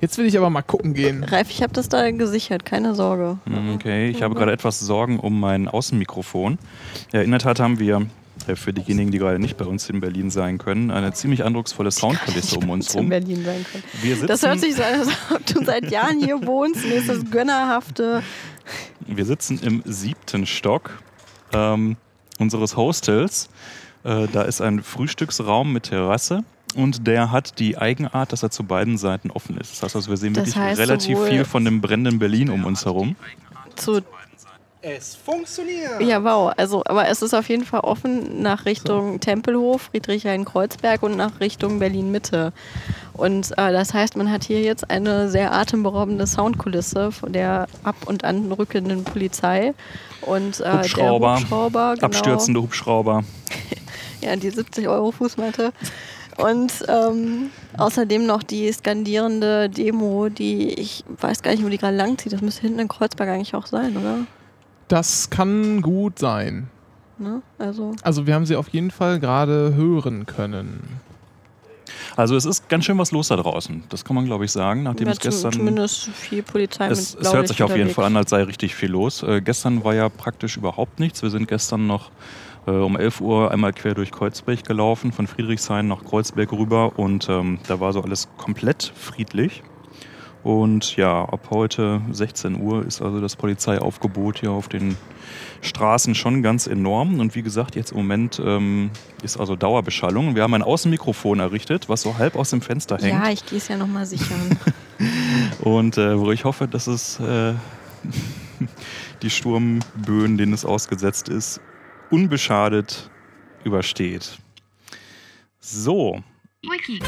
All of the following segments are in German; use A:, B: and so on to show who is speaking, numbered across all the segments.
A: Jetzt will ich aber mal gucken gehen.
B: Ralf, ich habe das da gesichert, keine Sorge.
C: Mm, Okay,
B: Mhm.
C: ich habe gerade etwas Sorgen um mein Außenmikrofon. Ja, in der Tat haben wir äh, für diejenigen, die gerade nicht bei uns in Berlin sein können, eine ziemlich eindrucksvolle Soundkulisse um uns
B: In
C: rum.
B: Berlin sein können.
C: Wir sitzen,
B: Das hört sich so an, als ob du seit Jahren hier wohnst. Mir ist das gönnerhafte.
C: wir sitzen im siebten Stock ähm, unseres Hostels. Äh, da ist ein Frühstücksraum mit Terrasse und der hat die Eigenart, dass er zu beiden Seiten offen ist. Das heißt, also wir sehen
B: Das
C: wirklich
B: heißt,
C: relativ
B: sowohl-
C: viel von dem brennenden Berlin um uns herum.
B: Zu,
A: Es funktioniert.
B: ja, wow. Also, aber es ist auf jeden Fall offen nach Richtung Tempelhof, Friedrichshain-Kreuzberg und nach Richtung Berlin-Mitte. Und äh, das heißt, man hat hier jetzt eine sehr atemberaubende Soundkulisse von der ab und an rückenden Polizei und äh,
C: Hubschrauber,
B: der Hubschrauber genau.
C: abstürzende Hubschrauber.
B: Ja, die 70 Euro Fußmatte. Und ähm, außerdem noch die skandierende Demo, die ich weiß gar nicht, wo die gerade langzieht. Das müsste hinten in Kreuzberg eigentlich auch sein, oder?
A: Das kann gut sein.
B: Ne? Also,
A: Also wir haben sie auf jeden Fall gerade hören können.
C: Also es ist ganz schön was los da draußen. Das kann man, glaube ich, sagen, nachdem
B: ja,
C: es
B: zu-
C: gestern...
B: zumindest viel Polizei
C: Es,
B: mit
C: es hört sich auf jeden
B: Blaulicht
C: Fall an, als sei richtig viel los. Äh, gestern war ja praktisch überhaupt nichts. Wir sind gestern noch äh, um 11 Uhr einmal quer durch Kreuzberg gelaufen, von Friedrichshain nach Kreuzberg rüber und ähm, da war so alles komplett friedlich. Und ja, ab heute 16 Uhr ist also das Polizeiaufgebot hier auf den Straßen schon ganz enorm. Und wie gesagt, jetzt im Moment ähm, ist also Dauerbeschallung. Wir haben ein Außenmikrofon errichtet, was so halb aus dem Fenster hängt.
B: Ja, ich gehe es ja nochmal sichern.
C: Und äh, wo ich hoffe, dass es äh, die Sturmböen, denen es ausgesetzt ist, unbeschadet übersteht. So,
D: Wiki.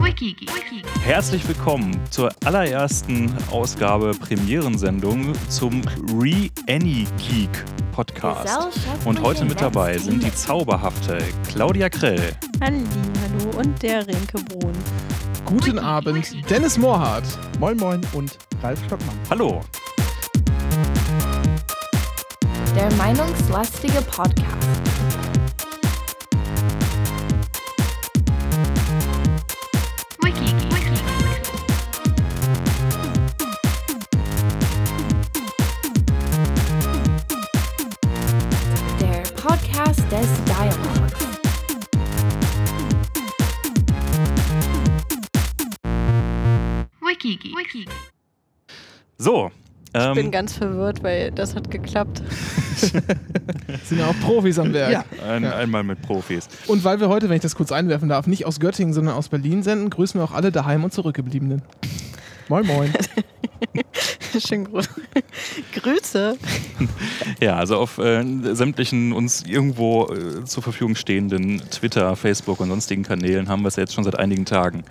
D: Wiki. Wiki.
C: herzlich willkommen zur allerersten Ausgabe Premierensendung zum Re-Any Geek Podcast. Und heute mit dabei sind die zauberhafte Claudia Krell.
B: Halli, hallo und der Renke Brun.
A: Guten Abend, Dennis Mohrhardt.
E: Moin Moin und Ralf Stockmann.
C: Hallo.
F: Der meinungslastige Podcast.
D: Wiki. Wiki.
F: Der Podcast des Dialogs.
D: Wiki. Wiki.
C: So.
B: Ich
C: ähm,
B: bin ganz verwirrt, weil das hat geklappt.
A: Sind ja auch Profis am Werk.
E: Ja.
C: ein,
A: Ja.
C: einmal mit Profis.
A: Und weil wir heute, wenn ich das kurz einwerfen darf, nicht aus Göttingen, sondern aus Berlin senden, grüßen wir auch alle daheim und Zurückgebliebenen.
E: Moin Moin.
B: Schönen Gruß. Grüße.
C: Ja, also auf äh, sämtlichen uns irgendwo äh, zur Verfügung stehenden Twitter, Facebook und sonstigen Kanälen haben wir es ja jetzt schon seit einigen Tagen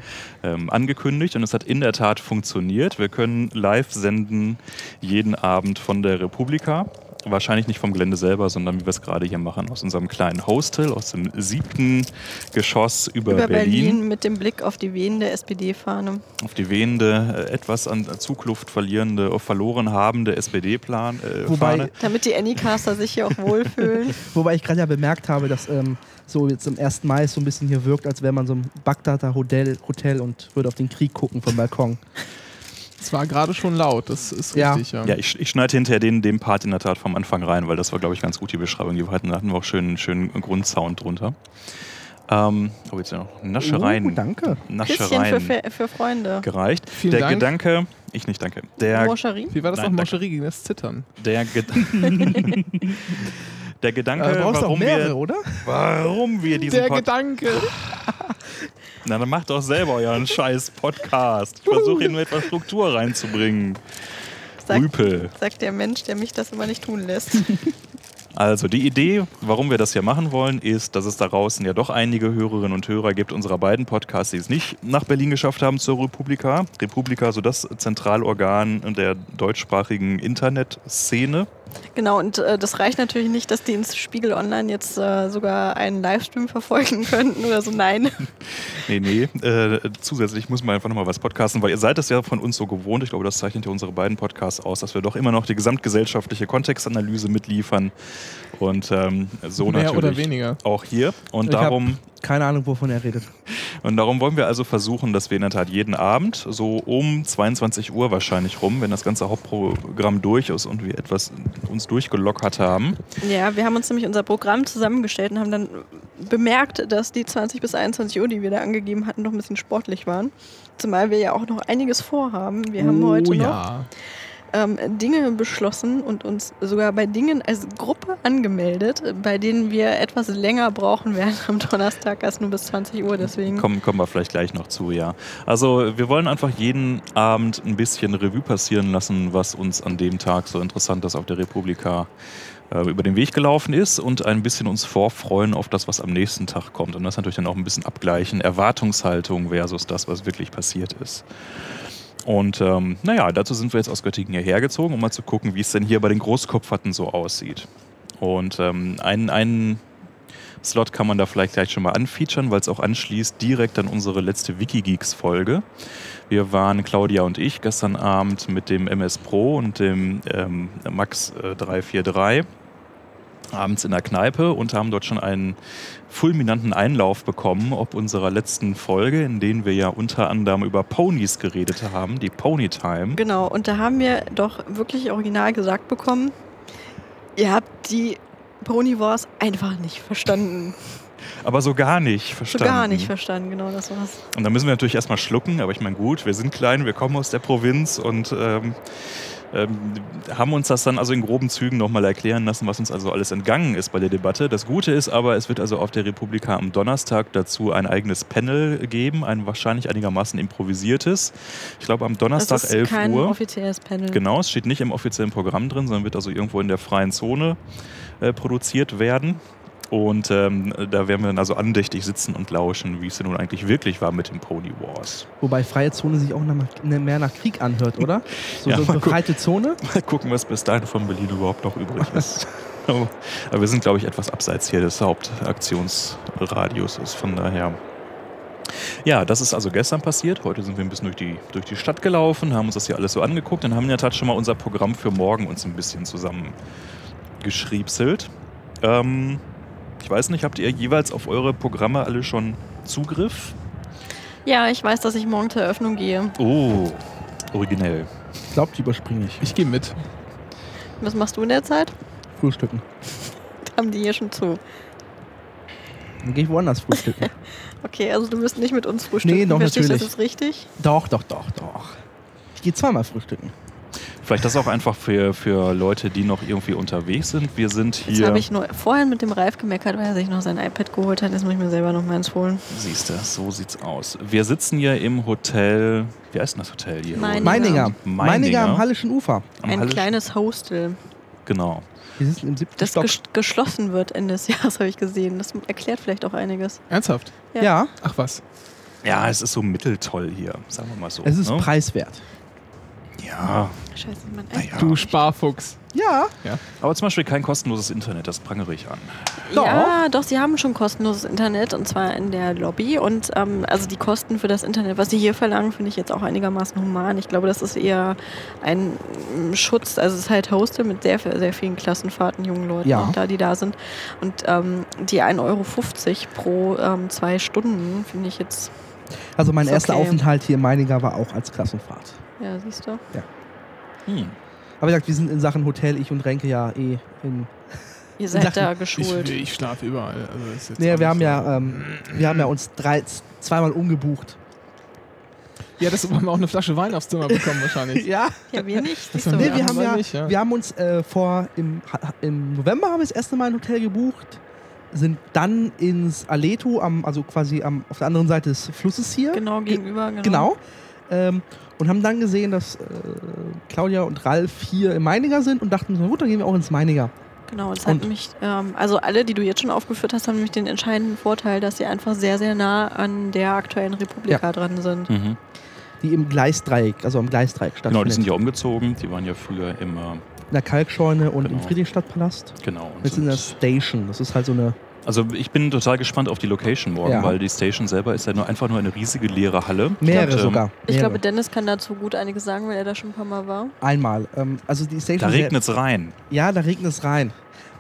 C: ähm, angekündigt und es hat in der Tat funktioniert. Wir können live senden jeden Abend von der Republika. Wahrscheinlich nicht vom Gelände selber, sondern wie wir es gerade hier machen, aus unserem kleinen Hostel, aus dem siebten Geschoss über,
B: Über Berlin.
C: Berlin
B: mit dem Blick auf die wehende SPD-Fahne.
C: auf die wehende, äh, etwas an Zugluft verlierende, äh, verloren habende SPD-Plan. Äh,
E: Wobei-
C: Fahne.
B: Damit die Anycaster sich hier auch wohlfühlen.
E: Wobei ich gerade ja bemerkt habe, dass ähm, so jetzt am 1. Mai es so ein bisschen hier wirkt, als wäre man so im Bagdader Hotel, Hotel und würde auf den Krieg gucken vom Balkon.
A: Es war gerade schon laut, das ist
E: Ja.
A: richtig. Ja.
C: Ja, ich, ich schneide hinterher den, den Part in der Tat vom Anfang rein, weil das war, glaube ich, ganz gut die Beschreibung. Die wir hatten, da hatten wir auch schönen, schönen Grundsound drunter. Ähm, oh, jetzt noch Naschereien.
E: Oh, danke.
B: Küsschen für,
C: Naschereien
B: Fe- für Freunde.
C: gereicht.
A: Vielen
C: der
A: Dank.
C: Gedanke, ich nicht danke. Der,
B: Moscherie?
A: Wie war das
C: Nein,
A: noch?
C: danke.
A: Moscherie gegen das Zittern.
C: der, Ged der Gedanke,
E: Äh, du brauchst auch
C: warum,
E: mehrere,
C: wir,
E: oder?
C: warum wir diesen
A: Der
C: Podcast.
A: Gedanke.
C: Na, dann macht doch selber euren scheiß Podcast. Ich versuche hier nur etwas Struktur reinzubringen.
B: Sagt,
C: Rüpel.
B: sagt der Mensch, der mich das immer nicht tun lässt.
C: Also die Idee, warum wir das hier machen wollen, ist, dass es da draußen ja doch einige Hörerinnen und Hörer gibt unserer beiden Podcasts, die es nicht nach Berlin geschafft haben zur Republika. Republika, so das Zentralorgan der deutschsprachigen Internetszene.
B: genau, und äh, das reicht natürlich nicht, dass die ins Spiegel Online jetzt äh, sogar einen Livestream verfolgen könnten oder so. Nein.
C: Nee, nee. Äh, zusätzlich muss man einfach nochmal was podcasten, weil ihr seid es ja von uns so gewohnt. Ich glaube, das zeichnet ja unsere beiden Podcasts aus, dass wir doch immer noch die gesamtgesellschaftliche Kontextanalyse mitliefern Und ähm, so
A: Mehr
C: natürlich
A: oder weniger.
C: auch hier. Und
E: Ich hab-
C: darum,
E: Keine Ahnung, wovon er redet.
C: und darum wollen wir also versuchen, dass wir in der Tat jeden Abend, so um 22 Uhr wahrscheinlich rum, wenn das ganze Hauptprogramm durch ist und wir etwas uns durchgelockert haben,
B: Ja, wir haben uns nämlich unser Programm zusammengestellt und haben dann bemerkt, dass die 20 bis 21 Uhr, die wir da angegeben hatten, noch ein bisschen sportlich waren. Zumal wir ja auch noch einiges vorhaben. Wir haben
A: oh,
B: heute noch
A: ja.
B: ähm, Dinge beschlossen und uns sogar bei Dingen als Gruppe angemeldet, bei denen wir etwas länger brauchen werden am Donnerstag als nur bis 20 Uhr. Deswegen
C: Kommen, kommen wir vielleicht gleich noch zu, ja. Also wir wollen einfach jeden Abend ein bisschen Revue passieren lassen, was uns an dem Tag so Interessantes auf der Republika äh, über den Weg gelaufen ist und ein bisschen uns vorfreuen auf das, was am nächsten Tag kommt. Und das natürlich dann auch ein bisschen abgleichen, Erwartungshaltung versus das, was wirklich passiert ist. Und ähm, naja, dazu sind wir jetzt aus Göttingen hierher gezogen, um mal zu gucken, wie es denn hier bei den Großkopferten so aussieht. Und ähm, einen, einen Slot kann man da vielleicht gleich schon mal anfeaturen, weil es auch anschließt direkt an unsere letzte Wikigeeks-Folge. Wir waren, Claudia und ich, gestern Abend mit dem MS Pro und dem ähm, Max äh, 343 abends in der Kneipe und haben dort schon einen fulminanten Einlauf bekommen, ob unserer letzten Folge, in denen wir ja unter anderem über Ponys geredet haben, die Pony Time.
B: Genau, und da haben wir doch wirklich original gesagt bekommen, ihr habt die Ponywars einfach nicht verstanden.
C: Aber so gar nicht
B: So
C: verstanden.
B: gar nicht verstanden, genau das war's.
C: Und da müssen wir natürlich erstmal schlucken, aber ich meine, gut, wir sind klein, wir kommen aus der Provinz und ähm, ähm, haben uns das dann also in groben Zügen nochmal erklären lassen, was uns also alles entgangen ist bei der Debatte. Das Gute ist aber, es wird also auf der Republika am Donnerstag dazu ein eigenes Panel geben, ein wahrscheinlich einigermaßen improvisiertes. Ich glaube am Donnerstag
B: das ist
C: 11
B: kein
C: Uhr.
B: offizielles Panel.
C: Genau, es steht nicht im offiziellen Programm drin, sondern wird also irgendwo in der freien Zone äh, produziert werden. Und ähm, da werden wir dann also andächtig sitzen und lauschen, wie es denn nun eigentlich wirklich war mit den Pony Wars.
E: Wobei freie Zone sich auch nach, ne- mehr nach Krieg anhört, oder? So,
C: Ja,
E: so
C: mal
E: eine befreite Zone.
C: Mal gucken, was bis dahin von Berlin überhaupt noch übrig ist. Aber aber wir sind, glaube ich, etwas abseits hier des Hauptaktionsradius ist. Von daher. Ja, das ist also gestern passiert. Heute sind wir ein bisschen durch die, durch die Stadt gelaufen, haben uns das hier alles so angeguckt und haben in der Tat schon mal unser Programm für morgen uns ein bisschen zusammengeschriebselt. Ähm, ich weiß nicht, habt ihr jeweils auf eure Programme alle schon Zugriff?
B: Ja, ich weiß, dass ich morgen zur Eröffnung gehe.
C: Oh, originell.
E: Ich glaube, die überspringe ich.
A: Ich gehe mit.
B: Was machst du in der Zeit?
E: Frühstücken.
B: Haben die hier schon zu.
E: Dann gehe ich woanders frühstücken.
B: Okay, also du wirst nicht mit uns frühstücken.
E: Nee, doch,
B: Verstehst du, das
E: natürlich.
B: ist richtig?
E: doch, doch, doch, doch. Ich gehe zweimal frühstücken.
C: Vielleicht das auch einfach für, für Leute, die noch irgendwie unterwegs sind. Wir sind
B: Jetzt
C: hier.
B: habe ich nur vorhin mit dem Ralf gemeckert, weil er sich noch sein iPad geholt hat. Jetzt muss ich mir selber noch meins holen.
C: Siehst du, so sieht's aus. Wir sitzen hier im Hotel. Wie heißt denn das Hotel hier?
B: Meininger.
E: Meininger.
C: Meininger.
E: Meininger, am Hallischen Ufer.
C: Am
B: Ein
C: Hallischen-
B: kleines Hostel,
C: Genau.
E: Wir sitzen im siebten
B: das
E: Stock.
B: ges geschlossen wird Ende des Jahres, habe ich gesehen. Das erklärt vielleicht auch einiges.
A: Ernsthaft?
B: ja.
E: Ja,
A: Ach was.
C: Ja, es ist so mitteltoll hier, sagen wir mal so.
E: es ist
C: ne?
E: preiswert.
C: Ja,
B: Scheiße, mein iPad.
C: naja.
A: Du Sparfuchs.
E: Ja,
C: Aber zum Beispiel kein kostenloses Internet, das prangere ich an.
E: Doch.
B: Ja, doch, sie haben schon kostenloses Internet und zwar in der Lobby. Und ähm, also die Kosten für das Internet, was sie hier verlangen, finde ich jetzt auch einigermaßen human. Ich glaube, das ist eher ein ähm, Schutz. Also es ist halt Hostel mit sehr, sehr vielen Klassenfahrten, jungen Leuten,
E: Ja.
B: auch da, die da sind. Und ähm, die 1,50 Euro pro ähm, zwei Stunden finde ich jetzt,
E: also mein
B: Ist
E: erster
B: okay.
E: Aufenthalt hier in Meininger war auch als Klassenfahrt.
B: ja, siehst du.
C: Hm.
E: Aber wie gesagt, wir sind in Sachen Hotel, ich und Renke ja eh in.
B: Ihr seid
E: Sachen-
B: da
A: Ich,
B: geschult.
A: ich schlafe überall. Also das ist jetzt
E: Nee,
A: auch
E: wir haben
A: nicht so-
E: ja, ähm, wir haben ja uns drei, zweimal umgebucht.
A: äh, Ja, das haben wir auch eine Flasche Wein aufs Zimmer bekommen wahrscheinlich.
E: Ja.
B: Ja, wir nicht.
A: Das
B: Siehst du.
A: haben
E: Nee,
A: Ja,
E: wir, haben
A: aber
E: ja,
A: nicht, ja.
E: wir haben uns äh, vor, im, ha- im November haben wir das erste Mal ein Hotel gebucht, sind dann ins Aleto, am, also quasi am, auf der anderen Seite des Flusses hier,
B: Genau gegenüber. Genau.
E: genau, ähm, und haben dann gesehen, dass äh, Claudia und Ralf hier im Meininger sind und dachten, so, gut, dann gehen wir auch ins Meininger.
B: Genau, es hat
E: Und-
B: nämlich, ähm, also alle, die du jetzt schon aufgeführt hast, haben nämlich den entscheidenden Vorteil, dass sie einfach sehr, sehr nah an der aktuellen Republika dran sind.
C: Mhm.
E: Die im Gleisdreieck, also am Gleisdreieck
C: Genau, die
E: stattfindet.
C: sind ja umgezogen. Die waren ja früher immer.
E: in der Kalkscheune und im
C: Genau.
E: Friedrichstadtpalast.
C: Genau. und
E: Jetzt in
C: sind-
E: der Station. Das ist halt so eine.
C: also ich bin total gespannt auf die Location morgen,
E: Ja.
C: weil die Station selber ist ja nur einfach nur eine riesige leere Halle.
E: Mehrere
C: Und, ähm,
E: sogar.
B: Ich
E: mehrere.
B: glaube, Dennis kann dazu gut einiges sagen, weil er da schon ein paar Mal war.
E: Einmal. Ähm, also die Station.
C: Da regnet es rein.
E: Ja, da regnet es rein.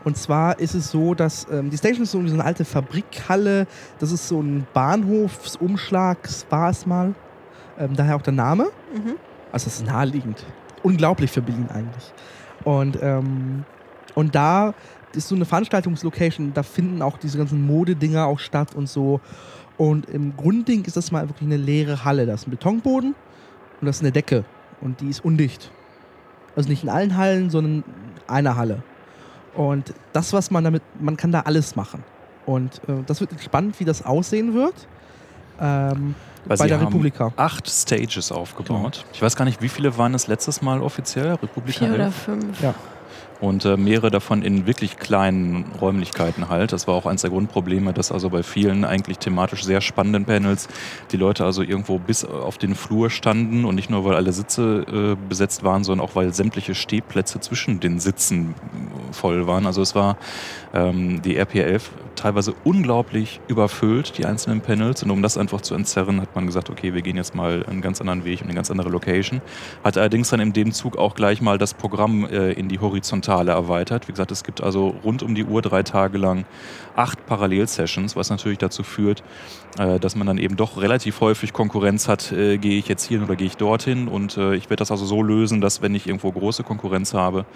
E: Und zwar ist es so, dass ähm, die Station ist irgendwie so eine alte Fabrikhalle. Das ist so ein Bahnhofsumschlag, war es mal. Ähm, daher auch der Name.
B: Mhm.
E: Also das ist naheliegend. Unglaublich für Berlin eigentlich. Und, ähm, und da ist so eine Veranstaltungslocation, da finden auch diese ganzen Modedinger auch statt und so. Und im Grundding ist das mal wirklich eine leere Halle. Da ist ein Betonboden und das ist eine Decke. Und die ist undicht. Also nicht in allen Hallen, sondern in einer Halle. Und das, was man damit, man kann da alles machen. Und äh, das wird spannend, wie das aussehen wird. Ähm,
C: Weil
E: bei
C: Also sie
E: der
C: haben
E: Republika.
C: acht Stages aufgebaut. Ich weiß gar nicht, wie viele waren es letztes Mal offiziell? Republika
B: Genau. Vier oder
C: 11.
B: fünf.
C: Und äh, mehrere davon in wirklich kleinen Räumlichkeiten halt. Das war auch eins der Grundprobleme, dass also bei vielen eigentlich thematisch sehr spannenden Panels die Leute also irgendwo bis auf den Flur standen und nicht nur, weil alle Sitze äh, besetzt waren, sondern auch, weil sämtliche Stehplätze zwischen den Sitzen äh, voll waren. Also es war ähm, die RP11 teilweise unglaublich überfüllt, die einzelnen Panels. Und um das einfach zu entzerren, hat man gesagt, okay, wir gehen jetzt mal einen ganz anderen Weg und eine ganz andere Location. Hat allerdings dann in dem Zug auch gleich mal das Programm äh, in die Horizontale erweitert. Wie gesagt, es gibt also rund um die Uhr drei Tage lang acht Parallelsessions, was natürlich dazu führt, äh, dass man dann eben doch relativ häufig Konkurrenz hat, äh, gehe ich jetzt hier oder gehe ich dorthin. Und äh, ich werde das also so lösen, dass wenn ich irgendwo große Konkurrenz habe,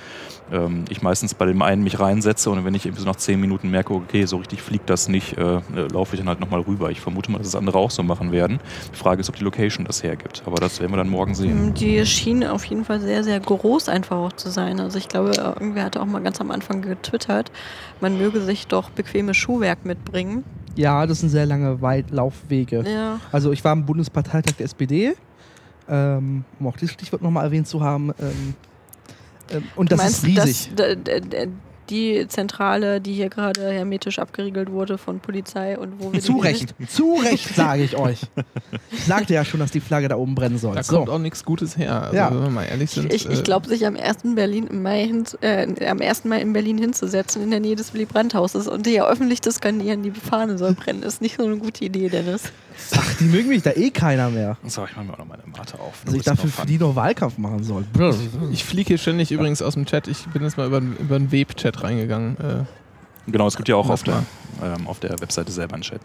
C: ähm, ich meistens bei dem einen mich reinsetze und wenn ich irgendwie so nach zehn Minuten merke, okay, so richtig fliegt das nicht, äh, äh, laufe ich dann halt nochmal rüber. Ich vermute mal, dass es andere auch so machen werden. Die Frage ist, ob die Location das hergibt. Aber das werden wir dann morgen sehen.
B: Mhm, Die schien auf jeden Fall sehr, sehr groß einfach auch zu sein. Also ich glaube, irgendwer hatte auch mal ganz am Anfang getwittert, man möge sich doch bequemes Schuhwerk mitbringen.
E: Ja, das sind sehr lange Weit Laufwege.
B: Ja.
E: Also ich war am Bundesparteitag der SPD, ähm, um auch dieses Stichwort nochmal erwähnt zu haben. Ähm, ähm, und das ist riesig.
B: Dass, d- d- d- die Zentrale, die hier gerade hermetisch abgeriegelt wurde von Polizei und wo wir
E: zu
B: die-
E: Recht, zu Recht sage ich euch. Ich sagte ja schon, dass die Flagge da oben brennen soll.
A: Da
E: so.
A: kommt auch nichts Gutes her. Also,
E: Ja.
A: wenn wir mal ehrlich
B: Ich,
A: sind.
B: ich, ich
A: äh,
B: glaube, sich am 1. Berlin im Mai hin, äh, am 1. Mai in Berlin hinzusetzen in der Nähe des Willy Brandt Hauses und hier öffentlich zu skandalieren, die Fahne soll brennen, ist nicht so eine gute Idee, Dennis.
E: Ach, die mögen mich da eh keiner mehr.
C: So, ich mache mir auch noch meine Mate auf. ne,
E: Dass Also ich
C: Das ist
E: dafür
C: noch
E: für die noch Wahlkampf machen soll. Brr.
A: Ich fliege hier ständig übrigens aus dem Chat. Ich bin jetzt mal über, über den Web-Chat reingegangen. Äh, um
C: fun. Genau, es gibt ja auch
A: Mach
C: auf der, ähm, auf der Webseite selber einen Chat.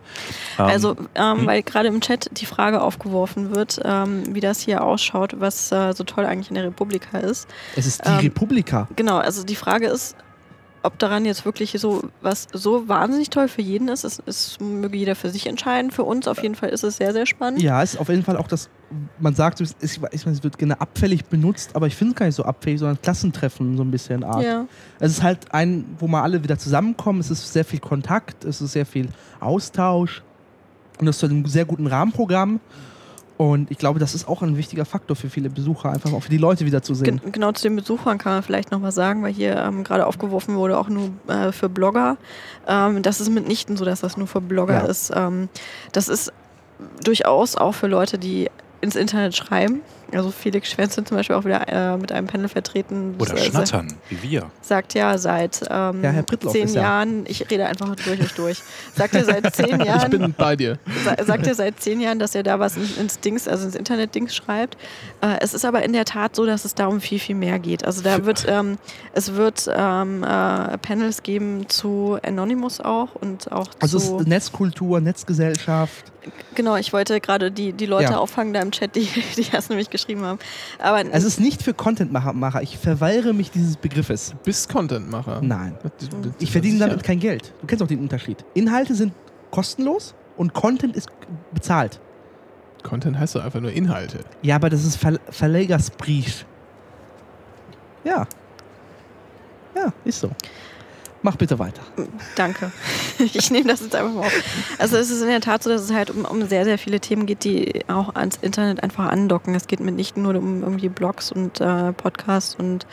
C: Ähm,
B: Also, ähm, weil gerade im Chat die Frage aufgeworfen wird, ähm, wie das hier ausschaut, was äh, so toll eigentlich in der Republika ist.
E: Es ist die
B: Ähm,
E: Republika.
B: Genau, also die Frage ist, ob daran jetzt wirklich so was so wahnsinnig toll für jeden ist, es, es möge jeder für sich entscheiden. Für uns auf jeden Fall ist es sehr, sehr spannend.
E: Ja, es ist auf jeden Fall auch das, man sagt, es, ist, ich meine, es wird gerne abfällig benutzt, aber ich finde es gar nicht so abfällig, sondern Klassentreffen so ein bisschen Art.
B: Ja.
E: Es ist halt ein, wo mal alle wieder zusammenkommen. Es ist sehr viel Kontakt, es ist sehr viel Austausch. Und das zu einem sehr guten Rahmenprogramm. Und ich glaube, das ist auch ein wichtiger Faktor für viele Besucher, einfach auch für die Leute wieder zu sehen.
B: Gen genau zu den Besuchern kann man vielleicht nochmal sagen, weil hier ähm, gerade aufgeworfen wurde, auch nur äh, für Blogger. Ähm, das ist mitnichten so, dass das nur für Blogger
E: Ja.
B: ist. Ähm, das ist durchaus auch für Leute, die ins Internet schreiben. Also Felix Schwenz zum Beispiel auch wieder äh, mit einem Panel vertreten.
C: oder
B: Das, äh,
C: schnattern, wie wir.
B: sagt ja seit ähm,
E: Ja, Herr Prittloff
B: zehn
E: ist ja-
B: Jahren, ich rede einfach durch mich durch, sagt er seit zehn
A: ich
B: Jahren,
A: bin bei dir.
B: sa- sagt er seit zehn Jahren, dass er da was in, ins Dings, also ins Internet-Dings schreibt. Äh, es ist aber in der Tat so, dass es darum viel, viel mehr geht. Also da wird, ähm, es wird ähm, äh, Panels geben zu Anonymous auch und auch
E: Also es
B: zu.
E: ist Netzkultur, Netzgesellschaft.
B: Genau, ich wollte gerade die, die Leute
E: Ja.
B: auffangen da im Chat, die, die das nämlich geschrieben haben. Aber
E: Es ist nicht für Contentmacher. Macher. Ich verweigere mich dieses Begriffes.
A: Bist Contentmacher.
E: Nein.
A: Das- das- das-
E: Ich verdiene
A: sicher.
E: damit kein Geld. Du kennst auch den Unterschied. Inhalte sind kostenlos und Content ist bezahlt.
A: Content heißt doch einfach nur Inhalte.
E: Ja, aber das ist Ver Verlegersbrief. Ja. Ja, ist so. Mach bitte weiter.
B: Danke. Ich nehme das jetzt einfach mal auf. Also es ist in der Tat so, dass es halt um, um sehr, sehr viele Themen geht, die auch ans Internet einfach andocken. Es geht mitnichten nur um irgendwie Blogs und äh, Podcasts und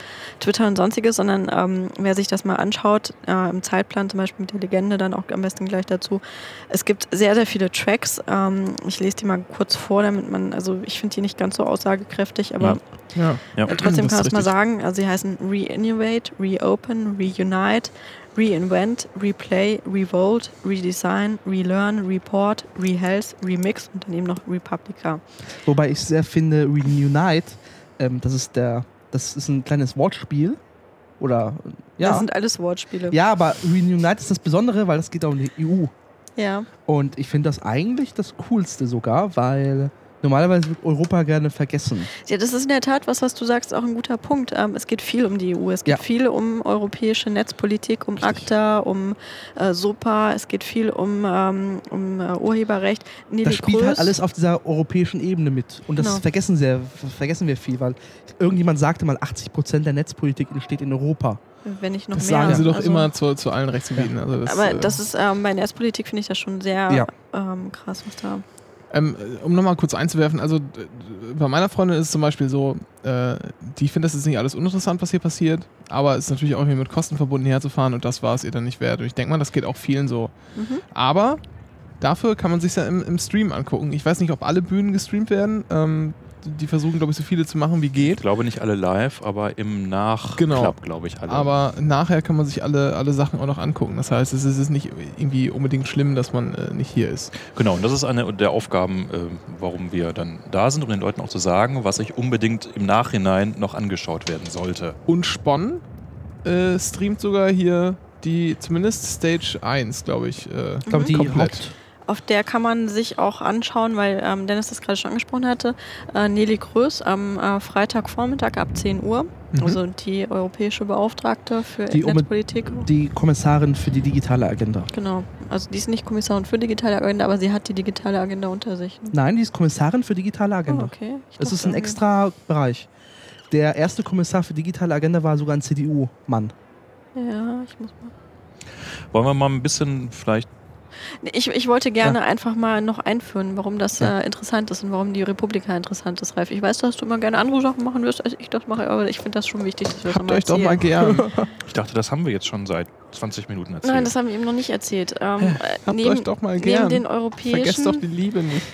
B: Twitter und sonstiges, sondern ähm, wer sich das mal anschaut, äh, im Zeitplan zum Beispiel mit der Legende dann auch am besten gleich dazu. Es gibt sehr, sehr viele Tracks. Ähm, ich lese die mal kurz vor, damit man, also ich finde die nicht ganz so aussagekräftig, aber
C: Ja.
A: Ja.
C: Ja.
B: äh, Trotzdem
A: Das
B: kann
A: ist
B: man es mal
A: richtig.
B: sagen, also sie heißen Reinnovate, Reopen, Reunite, Reinvent, Replay, Revolt, Redesign, Relearn, Report, Rehealth, Remix und daneben noch Republica.
E: Wobei ich sehr finde, Reunite, ähm, das ist der, das ist ein kleines Wortspiel oder Ja.
B: Das sind alles Wortspiele.
E: Ja, aber Reunite ist das Besondere, weil das geht auch um die EU.
B: Ja.
E: Und ich finde das eigentlich das Coolste sogar, weil normalerweise wird Europa gerne vergessen.
B: Ja, das ist in der Tat was, was du sagst, auch ein guter Punkt. Ähm, es geht viel um die EU. Es geht
E: Ja.
B: viel um europäische Netzpolitik, um ACTA, um äh, SOPA. Es geht viel um, ähm, um äh, Urheberrecht. Nelly
E: Das spielt
B: Kroes,
E: halt alles auf dieser europäischen Ebene mit. Und das
B: Genau.
E: vergessen, sehr, ver- vergessen wir viel, weil irgendjemand sagte mal, 80% der Netzpolitik entsteht in
B: Mhm.
E: Europa.
B: wenn ich noch
A: Das
B: mehr.
A: sagen sie doch
B: also-
A: immer zu, zu allen Rechtsgebieten. Also das,
B: aber
A: äh,
B: das ist ähm, bei Netzpolitik finde ich das schon sehr
E: Ja.
B: ähm, krass, was da.
A: Ähm, um nochmal kurz einzuwerfen, also d- d- bei meiner Freundin ist es zum Beispiel so, äh, die findet, das ist nicht alles uninteressant, was hier passiert, aber es ist natürlich auch irgendwie mit Kosten verbunden, herzufahren und das war es ihr dann nicht wert. Und ich denke mal, das geht auch vielen so.
B: Mhm.
A: Aber dafür kann man sich ja im, im Stream angucken. Ich weiß nicht, ob alle Bühnen gestreamt werden. Ähm, die versuchen, glaube ich, so viele zu machen, wie geht.
C: Ich glaube nicht alle live, aber im Nachklapp,
A: Genau.
C: glaube ich, alle.
A: Aber nachher kann man sich alle, alle Sachen auch noch angucken. Das heißt, es ist nicht irgendwie unbedingt schlimm, dass man äh, nicht hier ist.
C: Genau, und das ist eine der Aufgaben, äh, warum wir dann da sind, um den Leuten auch zu sagen, was sich unbedingt im Nachhinein noch angeschaut werden sollte.
A: Und Spon äh, streamt sogar hier die, zumindest Stage 1, glaube ich. Äh,
E: Ich glaube, die
A: komplett.
E: Haupt
B: Auf der kann man sich auch anschauen, weil ähm, Dennis das gerade schon angesprochen hatte. Äh, Nelly Größ am äh, Freitagvormittag ab 10 Uhr,
A: Mhm.
B: also die europäische Beauftragte für
E: Die unbe-
B: Netzpolitik.
E: die Kommissarin für die digitale Agenda.
B: Genau. Also die ist nicht Kommissarin für digitale Agenda, aber sie hat die digitale Agenda unter sich. ne?
E: Nein, die ist Kommissarin für digitale
B: Ah,
E: Agenda.
B: okay. Ich
E: Genau. Es
B: dachte
E: ist ein
B: irgendwie-
E: extra Bereich. Der erste Kommissar für digitale Agenda war sogar ein CDU-Mann.
B: Ja, ich muss mal.
C: Wollen wir mal ein bisschen vielleicht
B: Nee, Ich, ich wollte gerne einfach mal noch einführen, warum das äh, interessant ist und warum die Republika interessant ist, Ralf. Ich weiß, dass du immer gerne andere Sachen machen wirst, als ich das mache, aber ich finde das schon wichtig, dass wir das
A: Habt euch doch
B: erzählen.
A: mal gern.
C: Ich dachte, das haben wir jetzt schon seit 20 Minuten erzählt.
B: Nein, das haben wir eben noch nicht erzählt. Ähm, äh,
A: Habt euch
B: neben,
A: doch mal
B: neben
A: gern.
B: den europäischen,
A: Vergesst doch die Liebe nicht.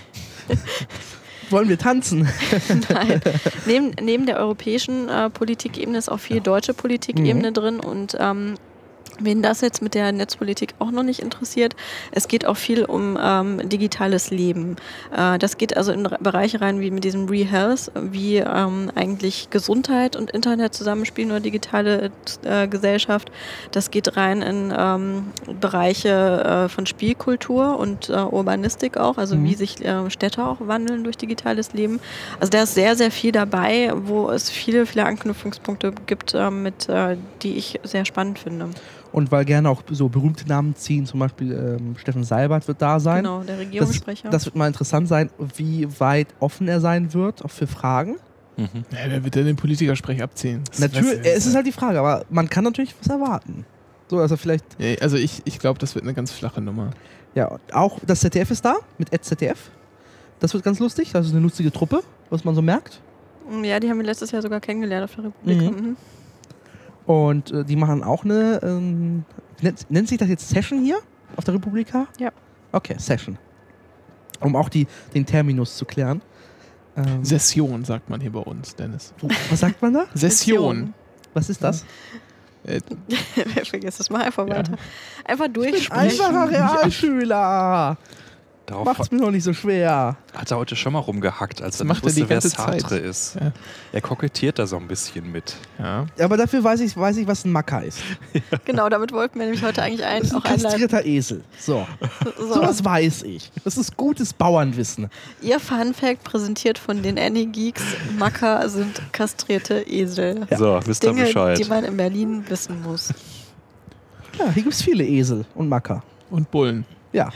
E: Wollen wir tanzen?
B: Nein. neben, neben der europäischen äh, Politikebene ist auch viel deutsche Politikebene drin und ähm, Wen das jetzt mit der Netzpolitik auch noch nicht interessiert, es geht auch viel um ähm, digitales Leben. Äh, das geht also in Re- Bereiche rein wie mit diesem ReHealth, wie ähm, eigentlich Gesundheit und Internet zusammenspielen oder digitale äh, Gesellschaft. Das geht rein in ähm, Bereiche äh, von Spielkultur und äh, Urbanistik auch, also wie sich äh, Städte auch wandeln durch digitales Leben. Also da ist sehr, sehr viel dabei, wo es viele, viele Anknüpfungspunkte gibt, äh, mit, äh, die ich sehr spannend finde.
E: Und weil gerne auch so berühmte Namen ziehen, zum Beispiel ähm, Steffen Seibert wird da sein.
B: Genau, der Regierungssprecher.
E: Das wird mal interessant sein, wie weit offen er sein wird, auch für Fragen.
C: Mhm.
A: Ja, wer wird denn den Politikersprech abziehen? Das weiß
E: Natürlich,
A: ich
E: es ist halt die Frage, aber man kann natürlich was erwarten. So, also vielleicht,
A: nicht. Ja, Also ich, ich glaube, das wird eine ganz flache Nummer.
E: ja, auch das ZDF ist da mit ZDF. Das wird ganz lustig, das ist eine lustige Truppe, was man so merkt.
B: Hm, ja, die haben wir letztes Jahr sogar kennengelernt auf der Republik.
E: Mhm.
B: Mhm.
E: Und äh, die machen auch eine, ähm, nennt, nennt sich das jetzt Session hier auf der Republika?
B: Ja.
E: Okay, Session. Um auch die, den Terminus zu klären. Ähm,
A: Session, sagt man hier bei uns, Dennis.
E: was sagt man da?
A: Session.
E: Was ist das?
A: Äh,
B: Vergiss das mal einfach
A: Ja.
B: weiter. Einfach durchsprechen.
E: Einfacher Realschüler!
C: Darauf
E: Macht's mir doch nicht so schwer.
C: hat er heute schon mal rumgehackt, als er
A: macht
C: nicht
A: er
C: wusste,
A: die
C: wer
A: ganze
C: Sartre
A: Zeit.
C: ist.
A: Ja.
C: Er kokettiert da so ein bisschen mit.
A: ja.
E: Aber dafür weiß ich, weiß ich was ein Macker ist.
B: Genau, damit wollten wir nämlich heute eigentlich
E: Das
B: ein,
E: ist ein
B: auch einleiten.
E: kastrierter Esel. So.
B: So.
E: Sowas weiß ich. Das ist gutes Bauernwissen.
B: Ihr Fun Fact präsentiert von den Annie Geeks. Macker sind kastrierte Esel.
C: So, wisst ihr
B: Dinge,
C: Bescheid.
B: die man in Berlin wissen muss.
E: Ja, hier gibt's viele Esel und Macker.
A: Und Bullen.
E: Ja.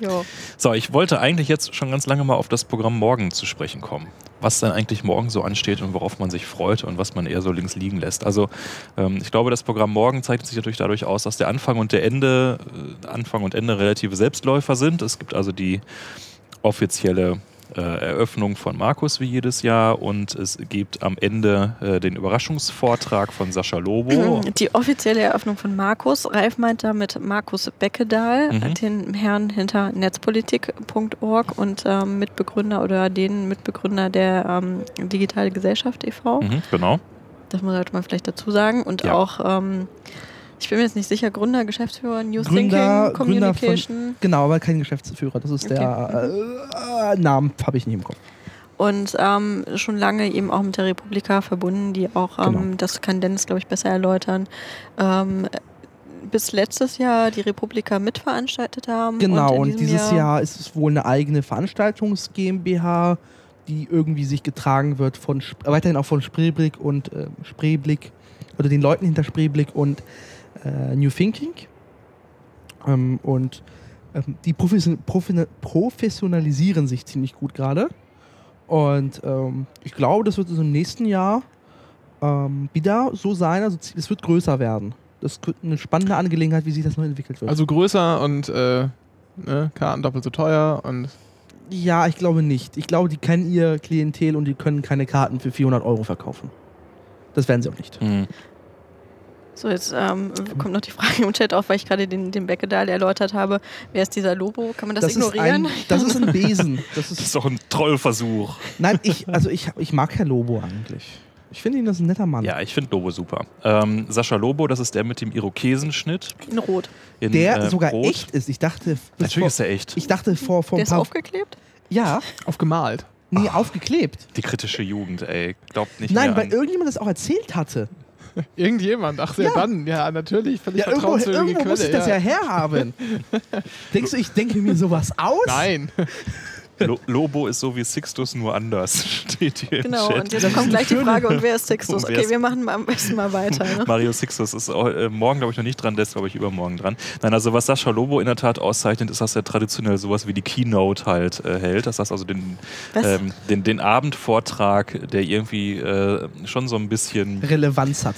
B: Jo.
C: So, ich wollte eigentlich jetzt schon ganz lange mal auf das Programm morgen zu sprechen kommen. Was dann eigentlich morgen so ansteht und worauf man sich freut und was man eher so links liegen lässt. Also ähm, ich glaube, das Programm morgen zeichnet sich natürlich dadurch aus, dass der Anfang und der Ende, äh, Anfang und Ende relative Selbstläufer sind. Es gibt also die offizielle äh, Eröffnung von Markus wie jedes Jahr und es gibt am Ende äh, den Überraschungsvortrag von Sascha Lobo.
B: Die offizielle Eröffnung von Markus. Ralf meint damit Markus Beckedahl,
C: Mhm.
B: den Herrn hinter netzpolitik.org und ähm, Mitbegründer oder den Mitbegründer der ähm, Digitale Gesellschaft e.V.
C: Mhm, genau.
B: Das muss- sollte man halt vielleicht dazu sagen. Und
C: Ja.
B: auch, ähm, ich bin mir jetzt nicht sicher, Gründer, Geschäftsführer, New
E: Gründer-
B: Thinking,
E: Gründer von-
B: Communication.
E: Genau, aber kein Geschäftsführer. Das ist der äh, äh, Name, habe ich nicht im Kopf.
B: und ähm, schon lange eben auch mit der Republika verbunden, die auch, ähm,
E: Genau.
B: das kann Dennis, glaube ich, besser erläutern, ähm, bis letztes Jahr die Republika mitveranstaltet haben.
E: Genau,
B: in
E: und,
B: diesem
E: dieses Jahr, ist es wohl eine eigene Veranstaltungs GmbH, die irgendwie sich getragen wird von Sp- äh, weiterhin auch von Spreeblick und äh, Spreeblick oder den Leuten hinter Spreeblick und äh, New Thinking. Ähm, und ähm, die profession profin- professionalisieren sich ziemlich gut gerade. Und ähm, ich glaube, das wird also im nächsten Jahr ähm, wieder so sein. Also zie- es wird größer werden. Das wird eine spannende Angelegenheit, wie sich das noch entwickelt wird.
A: Also größer und äh, ne, Karten doppelt so teuer und
E: Ja, ich glaube nicht. Ich glaube, die kennen ihr Klientel und die können keine Karten für 400 Euro verkaufen. Das werden sie auch nicht.
C: Mhm.
B: So, jetzt ähm, kommt noch die Frage im Chat auf, weil ich gerade den, den Beckedal erläutert habe. Wer ist dieser Lobo? Kann man das, ignorieren?
E: Ist ein, das ist ein Besen. Das
C: Das ist
E: ist,
C: doch ein Trollversuch.
E: nein, ich, also ich, ich mag Herr Lobo eigentlich. Ich finde ihn das ist ein netter Mann.
C: Ja, ich finde Lobo super. Ähm, Sascha Lobo, das ist der mit dem Irokesenschnitt.
B: In Rot.
C: In,
E: Der
C: äh,
E: sogar
C: Rot.
E: echt ist. Ich dachte,
C: Natürlich
E: bevor,
C: ist er echt.
E: ich dachte vor, vor
B: Der
E: ein
B: ist
E: paar.
B: aufgeklebt?
E: ja,
A: aufgemalt.
C: Ah.
E: nee, aufgeklebt.
C: Die kritische Jugend, ey. Glaubt nicht
E: Nein,
C: mehr
E: weil
C: an.
E: irgendjemand das auch erzählt hatte.
A: Irgendjemand, ach ja,
E: Ja.
A: dann, ja, natürlich, völlig
E: Ja, irgendwo,
A: vertrauenswürdige
E: irgendwo
A: Quelle.
E: muss ich das ja
A: ja.
E: herhaben. Denkst du, ich denke mir sowas aus?
A: Nein,
C: Lo Lobo ist so wie Sixtus, nur anders. Steht hier
B: Genau,
C: im
B: und
C: Chat.
B: jetzt kommt gleich die
E: schöne-
B: Frage, und wer ist Sixtus?
C: Und wer
B: Okay,
C: ist-
B: wir machen mal am besten mal weiter. Ne?
C: Mario Sixtus ist auch, äh, morgen, glaube ich, noch nicht dran, der ist, glaube ich, übermorgen dran. Nein, also was Sascha Lobo in der Tat auszeichnet, ist, dass er traditionell sowas wie die Keynote halt äh, hält. Das heißt also den,
B: Was?
C: ähm, den, den Abendvortrag, der irgendwie äh, schon so ein bisschen...
E: Relevanz hat.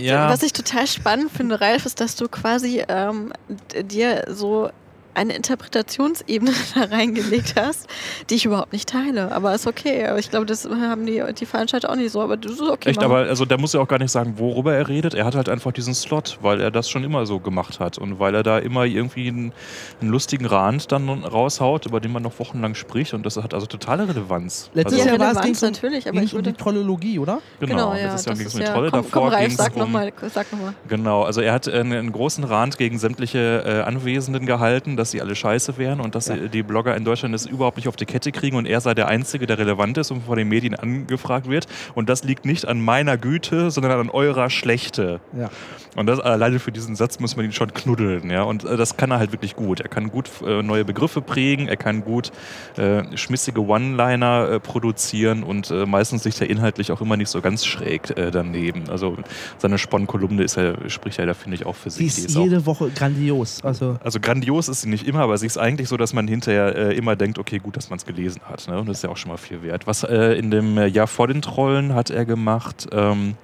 C: Ja,
B: Was ich total spannend finde, Ralf, ist, dass du quasi ähm, d- dir so eine Interpretationsebene da reingelegt hast, die ich überhaupt nicht teile. Aber ist okay. Aber ich glaube, das haben die, die Veranstalter auch nicht so. Aber das ist okay.
C: Echt,
B: machen.
C: aber also da muss er auch gar nicht sagen, worüber er redet. Er hat halt einfach diesen Slot, weil er das schon immer so gemacht hat und weil er da immer irgendwie einen, einen lustigen Rand dann raushaut, über den man noch wochenlang spricht und das hat also totale Relevanz.
E: Letztes
C: also,
B: Ja,
E: Jahr war es
B: Relevanz
E: ging's um,
B: natürlich, aber
E: ging's
B: ich
E: um die
B: würde-
E: Trollologie, oder?
C: genau, letztes Jahr
B: das
C: ging es
B: ist
C: um die
B: ja-
C: Trolle,
B: komm,
C: davor
B: komm, Ralf,
C: ging's
B: sag
C: um-
B: nochmal. Sag noch mal.
C: Genau, also er hat einen, einen großen Rand gegen sämtliche äh, Anwesenden gehalten, dass sie alle scheiße wären und dass äh, die Blogger in Deutschland es überhaupt nicht auf die Kette kriegen und er sei der Einzige, der relevant ist und von den Medien angefragt wird. Und das liegt nicht an meiner Güte, sondern an eurer Schlechte.
E: Ja.
C: Und das alleine für diesen Satz muss man ihn schon knuddeln, ja. Und äh, das kann er halt wirklich gut. Er kann gut äh, neue Begriffe prägen, er kann gut äh, schmissige One-Liner äh, produzieren und äh, meistens liegt er inhaltlich auch immer nicht so ganz schräg äh, daneben. Also seine Sponnenkolumne ist ja, spricht ja da, finde ich, auch für sich.
E: Sie ist,
C: Die ist auch,
E: jede Woche grandios. Also
C: also grandios ist sie nicht immer, aber sie ist eigentlich so, dass man hinterher äh, immer denkt, okay, gut, dass man es gelesen hat. Ne? Und das ist ja auch schon mal viel wert. Was äh, in dem äh, Jahr vor den Trollen hat er gemacht, ähm,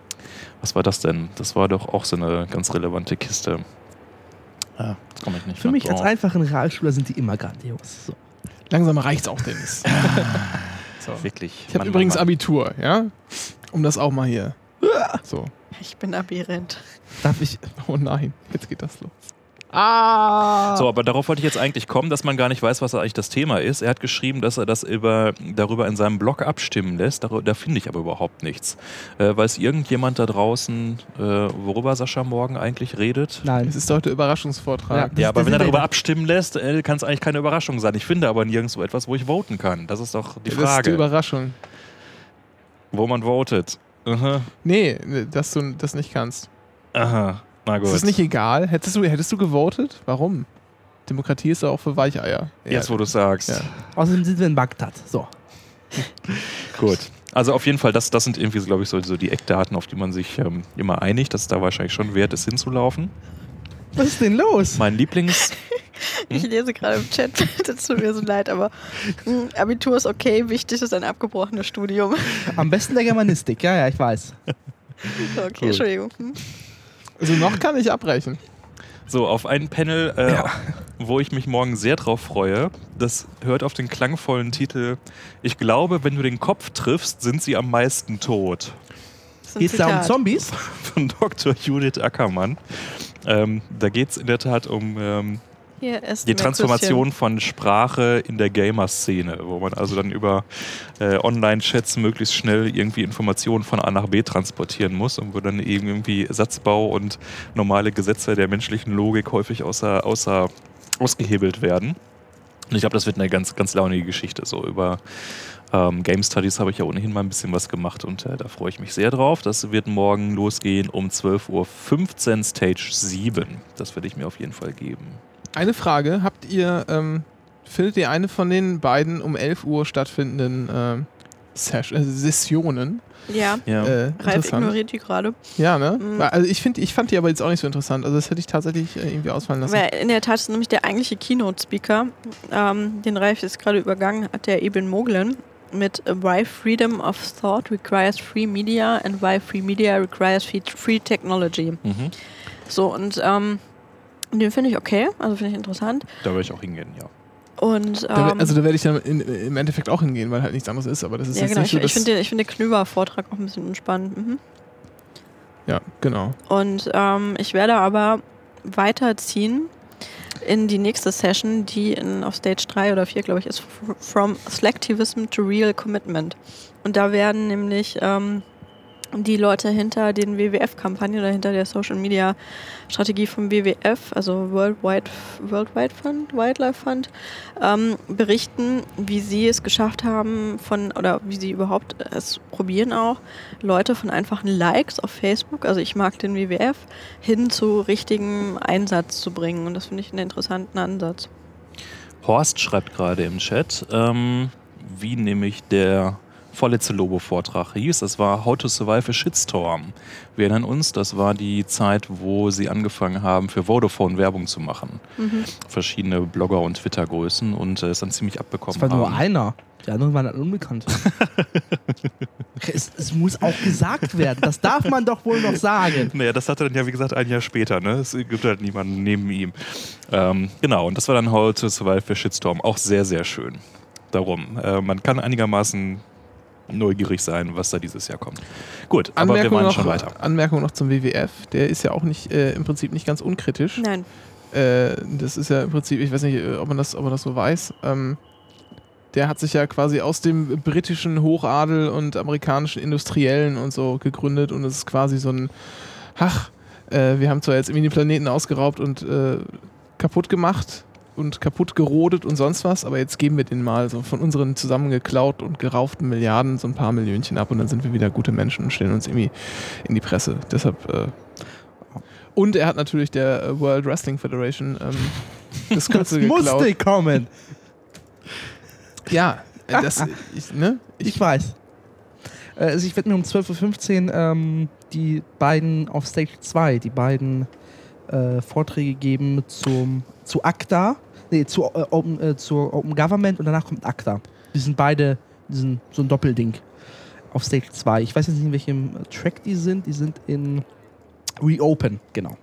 C: was war das denn? Das war doch auch so eine ganz relevante Kiste. Ah, das komme ich nicht
E: für
C: mehr
E: mich als
C: drauf.
E: einfachen Realschüler sind die immer grandios. So.
A: langsam reicht's auch, Dennis. so.
C: Wirklich.
A: Ich habe
C: Mann,
A: übrigens
C: Mann, Mann.
A: Abitur, ja? Um das auch mal hier. So,
B: Ich bin abirent.
E: Darf ich?
A: oh nein, jetzt geht das los. Ah!
C: So, aber darauf wollte ich jetzt eigentlich kommen, dass man gar nicht weiß, was eigentlich das Thema ist. Er hat geschrieben, dass er das über, darüber in seinem Blog abstimmen lässt. Da, da finde ich aber überhaupt nichts. Äh, weiß irgendjemand da draußen, äh, worüber Sascha morgen eigentlich redet?
E: Nein.
A: Es ist heute Überraschungsvortrag.
E: Das-
C: Ja, aber
E: das
C: wenn er
E: sind
C: darüber
E: wir-
C: abstimmen lässt, äh, kann es eigentlich keine Überraschung sein. Ich finde aber nirgendwo etwas, wo ich voten kann. Das ist doch die
A: Das ist die
C: Frage,
A: Überraschung.
C: wo man votet. Aha,
A: Nee, nee, dass du das nicht kannst.
C: aha. na gut.
A: Ist es nicht egal? Hättest du, hättest du gewotet? Warum? Demokratie ist ja auch für Weicheier.
C: Jetzt, wo du es sagst.
A: Ja.
E: Außerdem sind wir in Bagdad. So.
C: Gut. Also auf jeden Fall, das, das sind irgendwie, glaube ich, so, so die Eckdaten, auf die man sich ähm, immer einigt, dass es da wahrscheinlich schon wert ist, hinzulaufen.
E: Was ist denn los?
C: Mein Lieblings... Hm?
B: Ich lese gerade im Chat, das tut mir so leid, aber mh, Abitur ist okay, wichtig ist ein abgebrochenes Studium.
E: Am besten der Germanistik. Ja, ja, ich weiß.
B: Okay,
C: Cool.
B: Entschuldigung. Hm.
A: Also noch kann ich abbrechen.
C: So, auf ein Panel, äh, wo ich mich morgen sehr drauf freue. Das hört auf den klangvollen Titel Ich glaube, wenn du den Kopf triffst, sind sie am meisten tot.
B: Das ist ein
E: Geht's da um
B: Zitat.
E: Zombies?
C: Von Dr. Judith Ackermann. Ähm, da geht es in der Tat um ähm,
B: Hier ist
C: die
B: mein
C: Transformation von Sprache in der Gamer-Szene, wo man also dann über äh, Online-Chats möglichst schnell irgendwie Informationen von A nach B transportieren muss und wo dann eben irgendwie Satzbau und normale Gesetze der menschlichen Logik häufig außer, außer ausgehebelt werden. Und ich glaube, das wird eine ganz, ganz launige Geschichte. So über ähm, Game Studies habe ich ja ohnehin mal ein bisschen was gemacht und äh, da freue ich mich sehr drauf. Das wird morgen losgehen um 12.15 Uhr, Stage 7. Das werde ich mir auf jeden Fall geben.
A: Eine Frage, habt ihr, ähm, findet ihr eine von den beiden um 11 Uhr stattfindenden ähm, Sesh- äh, Sessionen?
B: Ja,
C: Ja.
A: Äh,
B: Ralf
A: interessant.
B: ignoriert die gerade.
A: Ja, ne?
B: Mhm.
A: Weil, Also ich, find, ich fand die aber jetzt auch nicht so interessant. Also das hätte ich tatsächlich äh, irgendwie ausfallen lassen.
B: Wer in der Tat ist nämlich der eigentliche Keynote-Speaker, ähm, den Ralf jetzt gerade übergangen hat, der Eben Moglen mit Why Freedom of Thought Requires Free Media and Why Free Media Requires Free, free Technology.
C: Mhm.
B: So, und ähm, den finde ich okay, also finde ich interessant.
C: Da werde ich auch hingehen, ja.
B: Und, ähm,
A: Da, we- also da werde ich dann in, im Endeffekt auch hingehen, weil halt nichts anderes ist. Aber das ist
B: ja,
A: jetzt
B: genau,
A: nicht
B: ich,
A: so, dass,
B: ich finde den, ich find den Knüber-Vortrag auch ein bisschen unspannend. Mhm.
A: Ja, genau.
B: Und ähm, ich werde aber weiterziehen in die nächste Session, die in, auf Stage 3 oder 4, glaube ich, ist F- From Selectivism to Real Commitment. Und da werden nämlich ähm, die Leute hinter den WWF-Kampagnen oder hinter der Social-Media-Strategie vom WWF, also Worldwide, Worldwide Fund, Wildlife Fund, ähm, berichten, wie sie es geschafft haben von, oder wie sie überhaupt es probieren auch, Leute von einfachen Likes auf Facebook, also ich mag den WWF, hin zu richtigem Einsatz zu bringen. Und das finde ich einen interessanten Ansatz.
C: Horst schreibt gerade im Chat, ähm, wie nämlich der vorletzte Lobo-Vortrag hieß. Das war How to Survive a Shitstorm. Wir erinnern uns, das war die Zeit, wo sie angefangen haben, für Vodafone Werbung zu machen.
E: Mhm.
C: Verschiedene Blogger und Twitter-Größen und äh, es dann ziemlich abbekommen
E: Das war nur
C: haben.
E: einer. Die anderen waren dann unbekannt. es, es muss auch gesagt werden. Das darf man doch wohl noch sagen.
C: Naja, das hatte dann ja, wie gesagt, ein Jahr später. Ne? Es gibt halt niemanden neben ihm. Ähm, genau, und das war dann How to Survive the Shitstorm. Auch sehr, sehr schön. Darum, äh, man kann einigermaßen neugierig sein, was da dieses Jahr kommt. Gut, aber wir
A: Anmerkung
C: waren
A: noch,
C: schon weiter.
A: Anmerkung noch zum WWF. Der ist ja auch nicht äh, im Prinzip nicht ganz unkritisch.
B: Nein,
A: Äh, das ist ja im Prinzip, ich weiß nicht, äh, ob man das, ob man das so weiß. Ähm, der hat sich ja quasi aus dem britischen Hochadel und amerikanischen Industriellen und so gegründet und es ist quasi so ein, ach, äh, wir haben zwar jetzt irgendwie den Planeten ausgeraubt und äh, kaputt gemacht und kaputt gerodet und sonst was, aber jetzt geben wir den mal so von unseren zusammengeklaut und gerauften Milliarden so ein paar Millionchen ab und dann sind wir wieder gute Menschen und stellen uns irgendwie in die Presse. Deshalb äh, und er hat natürlich der äh, World Wrestling Federation ähm, das
E: Das
A: Kürzel geklaut.
E: musste kommen.
A: Ja, äh, das, ich, ne?
E: Ich, weiß. Äh, Also ich werde mir um 12.15 Uhr ähm, die beiden auf Stage 2, die beiden äh, Vorträge geben zum, zu ACTA, nee, zu, äh, Open, äh, zur Open Government und danach kommt ACTA. Die sind beide die sind so ein Doppelding auf Stage 2. Ich weiß jetzt nicht, in welchem äh, Track die sind. Die sind in Reopen, genau.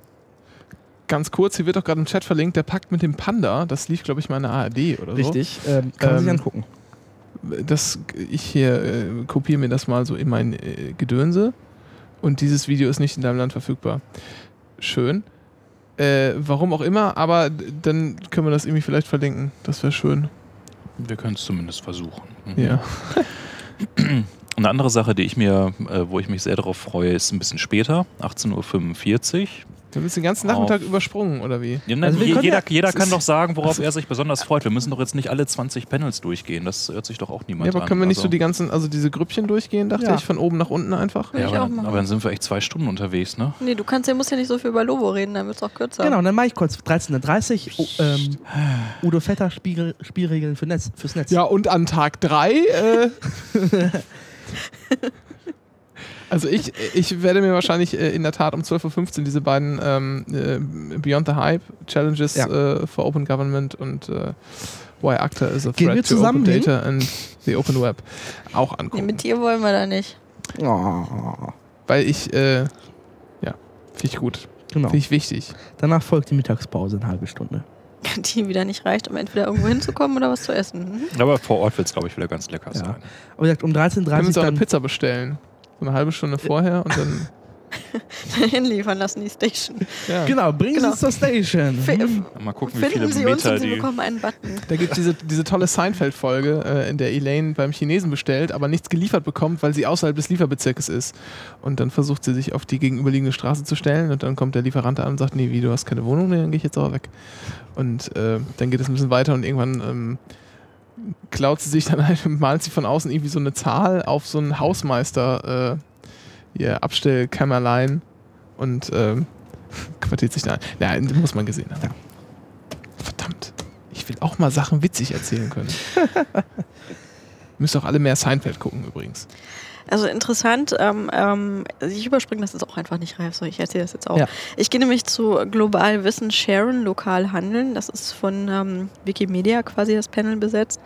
A: Ganz kurz, hier wird auch gerade im Chat verlinkt, der Pakt mit dem Panda, das lief, glaube ich, mal in der ARD oder
E: Richtig. Ähm, kann man sich
A: Also? Ähm,
E: angucken.
A: so. Das, ich hier äh, kopiere mir das mal so in mein äh, Gedönse und dieses Video ist nicht in deinem Land verfügbar. Schön. Äh, warum auch immer, aber d- dann können wir das irgendwie vielleicht verlinken. Das wäre schön.
C: Wir können es zumindest versuchen. Mhm.
A: Ja.
C: Eine andere Sache, die ich mir, äh, wo ich mich sehr darauf freue, ist ein bisschen später, 18.45 Uhr.
A: Du bist den ganzen
C: Auf-
A: Nachmittag übersprungen, oder wie?
C: Ja, ne,
E: Also wir
C: je,
E: können
C: jeder
E: ja-
C: jeder
A: es
C: kann
A: ist-
C: doch sagen, worauf
A: also-
C: er sich besonders freut. Wir müssen doch jetzt nicht alle 20 Panels durchgehen. Das hört sich doch auch niemand
A: Ja, aber
C: an.
A: können wir nicht
C: Also-
A: so die ganzen, also diese Grüppchen durchgehen, dachte
E: Ja.
A: ich, von oben nach unten einfach?
B: Würde
C: Ja,
B: ich
C: aber,
B: auch
C: dann,
B: machen.
C: aber dann sind wir echt zwei Stunden unterwegs, ne?
B: nee, du kannst, du musst ja nicht so viel über Lobo reden, dann wird es auch kürzer.
E: Genau, dann mache ich kurz 13.30 Uhr. Oh, ähm, Udo Vetter Spiegel, Spielregeln für Netz, fürs Netz.
A: Ja, und an Tag 3. Äh, also ich, ich werde mir wahrscheinlich äh, in der Tat um 12.15 Uhr diese beiden ähm, äh, Beyond the Hype Challenges
E: Ja.
A: äh, for Open Government und äh, Why ACTA is a Threat
E: Gehen wir
A: to Open
E: zusammen hin?
A: Data and the Open Web auch
B: Nee,
A: angucken.
B: mit dir wollen wir da nicht.
E: Oh,
A: weil ich, äh, ja, finde ich gut,
E: genau.
A: finde ich wichtig.
E: Danach folgt die Mittagspause, eine halbe Stunde.
B: Die wieder nicht reicht, um entweder irgendwo hinzukommen oder was zu essen. Mhm.
C: Aber vor Ort wird es, glaube ich, wieder ganz lecker
E: Ja.
C: sein.
E: Aber wie gesagt, um
A: Wir können
E: 13.30
A: uns auch eine
E: Uhr dann. Äh,
A: Pizza bestellen. So eine halbe Stunde vorher und dann
B: hinliefern lassen, die Station.
A: Ja.
E: Genau, bringen
B: Genau.
E: Sie es zur Station.
B: F-
C: Mal Mhm. gucken, wie viele
B: Finden Sie uns
C: Meter
B: und Sie
C: die.
B: bekommen einen Button.
A: Da gibt es diese, diese tolle Seinfeld-Folge, äh, in der Elaine beim Chinesen bestellt, aber nichts geliefert bekommt, weil sie außerhalb des Lieferbezirkes ist. Und dann versucht sie sich auf die gegenüberliegende Straße zu stellen und dann kommt der Lieferant an und sagt, nee, wie, du hast keine Wohnung, nee, dann gehe ich jetzt auch weg. Und äh, dann geht es ein bisschen weiter und irgendwann ähm, klaut sie sich dann halt, malt sie von außen irgendwie so eine Zahl auf so einen Hausmeister, äh, ihr Abstellkämmerlein und ähm, quartiert sich da ein. Ja, muss man gesehen haben. Verdammt. Ich will auch mal Sachen witzig erzählen können. Müsst auch alle mehr Seinfeld gucken übrigens.
B: Also interessant, ähm, ähm, also ich überspringe das jetzt auch einfach nicht, Ralf, so ich erzähle das jetzt auch.
E: Ja.
B: Ich gehe nämlich zu Global Wissen Sharon, lokal handeln. Das ist von ähm, Wikimedia quasi das Panel besetzt.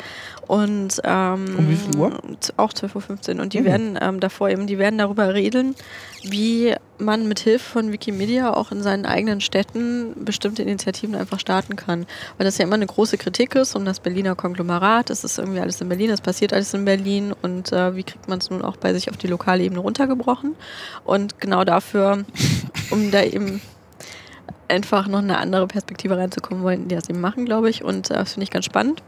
B: Und ähm,
E: Um wie viel Uhr?
B: z- Auch 12.15 Uhr. Und die
E: Mhm.
B: werden ähm, davor eben, die werden darüber reden, wie man mit Hilfe von Wikimedia auch in seinen eigenen Städten bestimmte Initiativen einfach starten kann. Weil das ja immer eine große Kritik ist um das Berliner Konglomerat. Es ist irgendwie alles in Berlin, es passiert alles in Berlin und äh, wie kriegt man es nun auch bei sich auf die lokale Ebene runtergebrochen? Und genau dafür, um da eben einfach noch eine andere Perspektive reinzukommen, wollten die das eben machen, glaube ich. Und äh, das finde ich ganz spannend.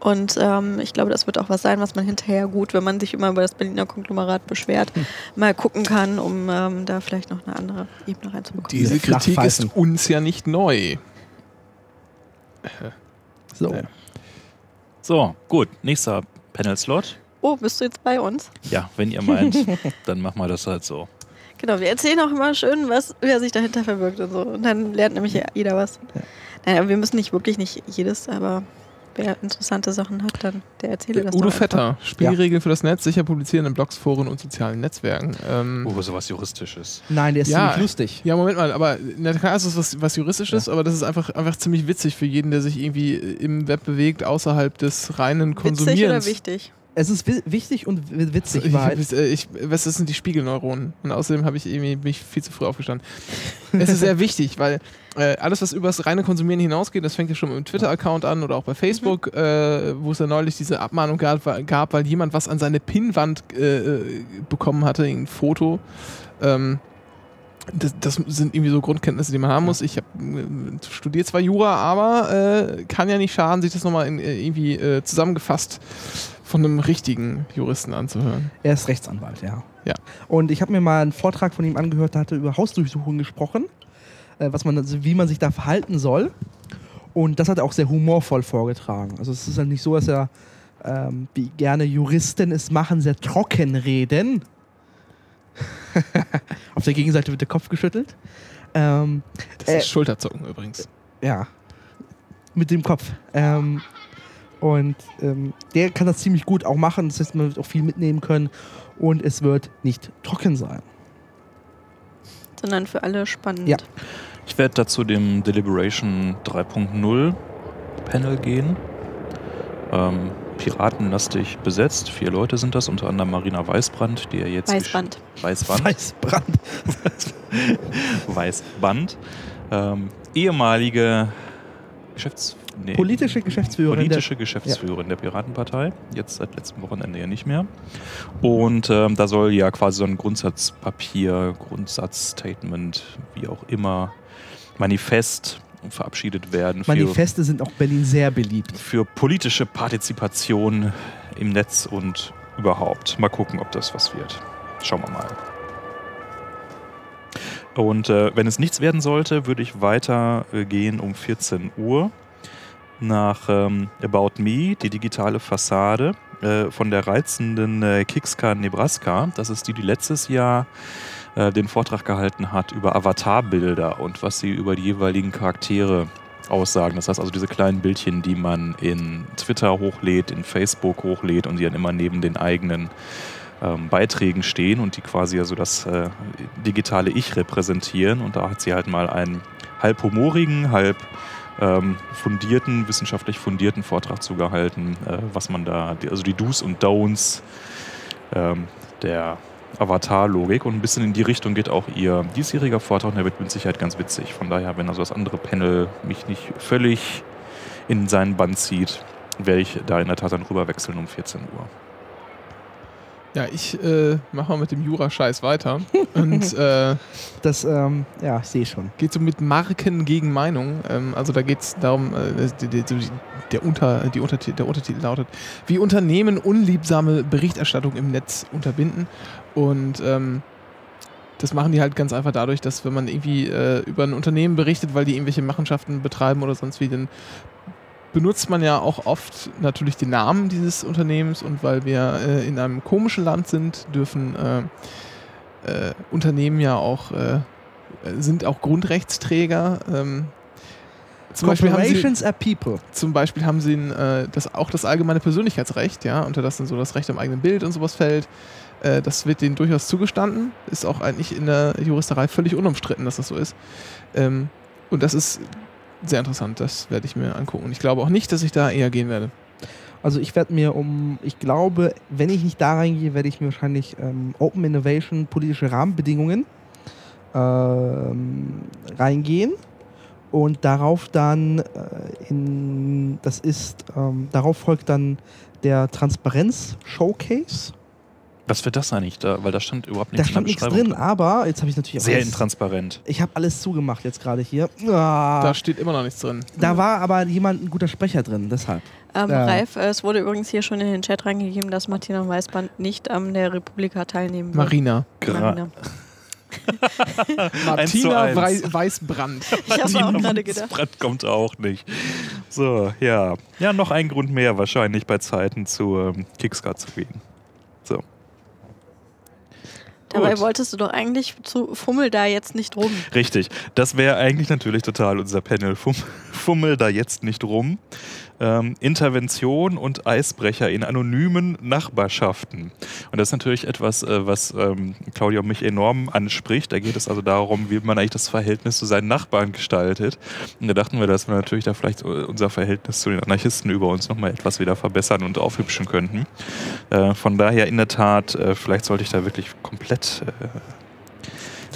B: Und ähm, ich glaube, das wird auch was sein, was man hinterher gut, wenn man sich immer über das Berliner Konglomerat beschwert,
A: Hm.
B: mal gucken kann, um ähm, da vielleicht noch eine andere Ebene reinzubekommen.
A: Diese
E: Flach
A: Kritik ist
E: pfeifen.
A: uns ja nicht neu.
E: So.
A: Ja.
C: So, gut. Nächster Panel-Slot.
B: oh, bist du jetzt bei uns?
C: Ja, wenn ihr meint, dann machen wir das halt so.
B: Genau, wir erzählen auch immer schön, was, wer sich dahinter verbirgt und so. Und dann lernt nämlich jeder was. Naja, wir müssen nicht wirklich nicht jedes, aber wer interessante Sachen hat, dann der erzähle das
A: Udo
B: doch einfach.
A: Vetter, Spielregeln für das Netz, sicher publizieren in Blogs, Foren und sozialen Netzwerken. Ähm,
C: Oh, sowas Juristisches.
E: Nein, der ist
A: Ja.
E: ziemlich lustig.
A: Ja, Moment mal, aber na klar ist es was, was Juristisches, aber das ist einfach, einfach ziemlich witzig für jeden, der sich irgendwie im Web bewegt, außerhalb des reinen Konsumierens.
B: Witzig oder wichtig?
E: Es ist wi- wichtig und wi- witzig, weil
A: Ich, äh, ich, was das sind die Spiegelneuronen? Und außerdem habe ich irgendwie mich viel zu früh aufgestanden. es ist sehr wichtig, weil äh, alles, was über das reine Konsumieren hinausgeht, das fängt ja schon mit dem Twitter-Account an oder auch bei Facebook, äh, wo es ja neulich diese Abmahnung gab, wa- gab weil jemand was an seine Pinnwand äh, äh, bekommen hatte, ein Foto. Ähm, das, das sind irgendwie so Grundkenntnisse, die man haben muss. Ich hab, äh, studiere zwar Jura, aber äh, kann ja nicht schaden, sich das nochmal in, äh, irgendwie äh, zusammengefasst von einem richtigen Juristen anzuhören.
E: er ist Rechtsanwalt, ja.
A: Ja.
E: Und ich habe mir mal einen Vortrag von ihm angehört, da hat er über Hausdurchsuchungen gesprochen, äh, was man, also wie man sich da verhalten soll. Und das hat er auch sehr humorvoll vorgetragen. Also es ist halt nicht so, dass er, ähm, wie gerne Juristen es machen, sehr trocken reden. Auf der Gegenseite wird der Kopf geschüttelt. Ähm,
A: Das
E: Äh,
A: ist Schulterzucken übrigens.
E: ja, mit dem Kopf. Ähm, und ähm, der kann das ziemlich gut auch machen. Das heißt, man wird auch viel mitnehmen können. Und es wird nicht trocken sein.
B: Sondern für alle spannend.
E: Ja.
C: Ich werde dazu dem Deliberation 3.0 Panel gehen. Ähm, piratenlastig besetzt. Vier Leute sind das, unter anderem Marina Weißbrand, die ja jetzt.
B: Weißband.
C: Weißband.
E: Weißbrand.
C: Weißband. Ähm, ehemalige Geschäfts nee,
E: Politische Geschäftsführerin der-
C: Politische Geschäftsführerin der Piratenpartei. Jetzt seit letztem Wochenende ja nicht mehr. Und ähm, da soll ja quasi so ein Grundsatzpapier, Grundsatzstatement, wie auch immer, Manifest verabschiedet werden.
E: Manifeste sind auch Berlin sehr beliebt.
C: für politische Partizipation im Netz und überhaupt. Mal gucken, ob das was wird. Schauen wir mal. Und äh, wenn es nichts werden sollte, würde ich weitergehen äh, gehen um 14 Uhr nach ähm, About Me, die digitale Fassade äh, von der reizenden äh, Kixka Nebraska. Das ist die, die letztes Jahr äh, den Vortrag gehalten hat über Avatarbilder und was sie über die jeweiligen Charaktere aussagen. Das heißt also diese kleinen Bildchen, die man in Twitter hochlädt, in Facebook hochlädt und die dann immer neben den eigenen ähm, Beiträgen stehen und die quasi also das äh, digitale Ich repräsentieren. Und da hat sie halt mal einen halb humorigen, halb ähm, fundierten, wissenschaftlich fundierten Vortrag zugehalten, äh, was man da, die- also die Do's und Don'ts ähm, der Avatar-Logik und ein bisschen in die Richtung geht auch ihr diesjähriger Vortrag und der wird mit Sicherheit ganz witzig. Von daher, wenn also das andere Panel mich nicht völlig in seinen Bann zieht, werde ich da in der Tat dann rüberwechseln um 14 Uhr.
A: Ja, ich äh, mache mal mit dem Jura-Scheiß weiter und äh,
E: Das, ähm, ja, ich sehe schon.
A: geht so mit Marken gegen Meinung. Ähm, also da geht es darum, äh, die, die, die, der, Unter, die Unterti der Untertitel lautet, wie Unternehmen unliebsame Berichterstattung im Netz unterbinden. Und ähm, das machen die halt ganz einfach dadurch, dass wenn man irgendwie äh, über ein Unternehmen berichtet, weil die irgendwelche Machenschaften betreiben oder sonst wie, dann benutzt man ja auch oft natürlich den Namen dieses Unternehmens und weil wir äh, in einem komischen Land sind, dürfen äh, äh, Unternehmen ja auch äh, sind auch Grundrechtsträger. Ähm, zum Beispiel haben sie,
E: Corporations are people.
A: zum Beispiel haben sie ein, äh, das, auch das allgemeine Persönlichkeitsrecht, ja, unter das dann so das Recht am eigenen Bild und sowas fällt. Äh, das wird denen durchaus zugestanden. Ist auch eigentlich in der Juristerei völlig unumstritten, dass das so ist. Ähm, und das ist sehr interessant. Das werde ich mir angucken. Und ich glaube auch nicht, dass ich da eher gehen werde.
E: Also ich werde mir um, ich glaube, wenn ich nicht da reingehe, werde ich mir wahrscheinlich ähm, Open Innovation, politische Rahmenbedingungen ähm, reingehen und darauf dann äh, in, das ist, ähm, darauf folgt dann der Transparenz Showcase.
C: Was wird das eigentlich da? Weil da stand überhaupt
E: Da
C: nichts
E: stand
C: in
E: nichts
C: der
E: drin, Ah,
C: Beschreibung.
E: aber jetzt habe ich natürlich
C: Sehr
E: alles,
C: intransparent.
E: ich habe alles zugemacht jetzt gerade hier. Ah,
A: Da steht immer noch nichts drin.
E: da war aber jemand ein guter Sprecher drin, deshalb.
B: Ähm,
E: Ja.
B: Ralf, äh, es wurde übrigens hier schon in den Chat reingegeben, dass Martina Weißband nicht an der Republika teilnehmen wird.
A: Marina.
E: genau.
B: Marina.
C: Eins zu
A: Martina
C: eins.
A: Wei Weißbrand.
B: Ich habe auch gerade
C: Genau, Das
B: gedacht.
C: Brett kommt auch nicht. So, ja. Ja, noch ein Grund mehr wahrscheinlich bei Zeiten zu ähm, Kickstart zu gehen.
B: Dabei
C: Gut.
B: wolltest du doch eigentlich zu Fummel da jetzt nicht rum.
C: Richtig. Das wäre eigentlich natürlich total unser Panel. Fum Fummel da jetzt nicht rum. Ähm, Intervention und Eisbrecher in anonymen Nachbarschaften. Und das ist natürlich etwas, äh, was ähm, Claudia und mich enorm anspricht. Da geht es also darum, wie man eigentlich das Verhältnis zu seinen Nachbarn gestaltet. Und da dachten wir, dass wir natürlich da vielleicht äh, unser Verhältnis zu den Anarchisten über uns nochmal etwas wieder verbessern und aufhübschen könnten. Äh, von daher in der Tat, äh, vielleicht sollte ich da wirklich komplett äh,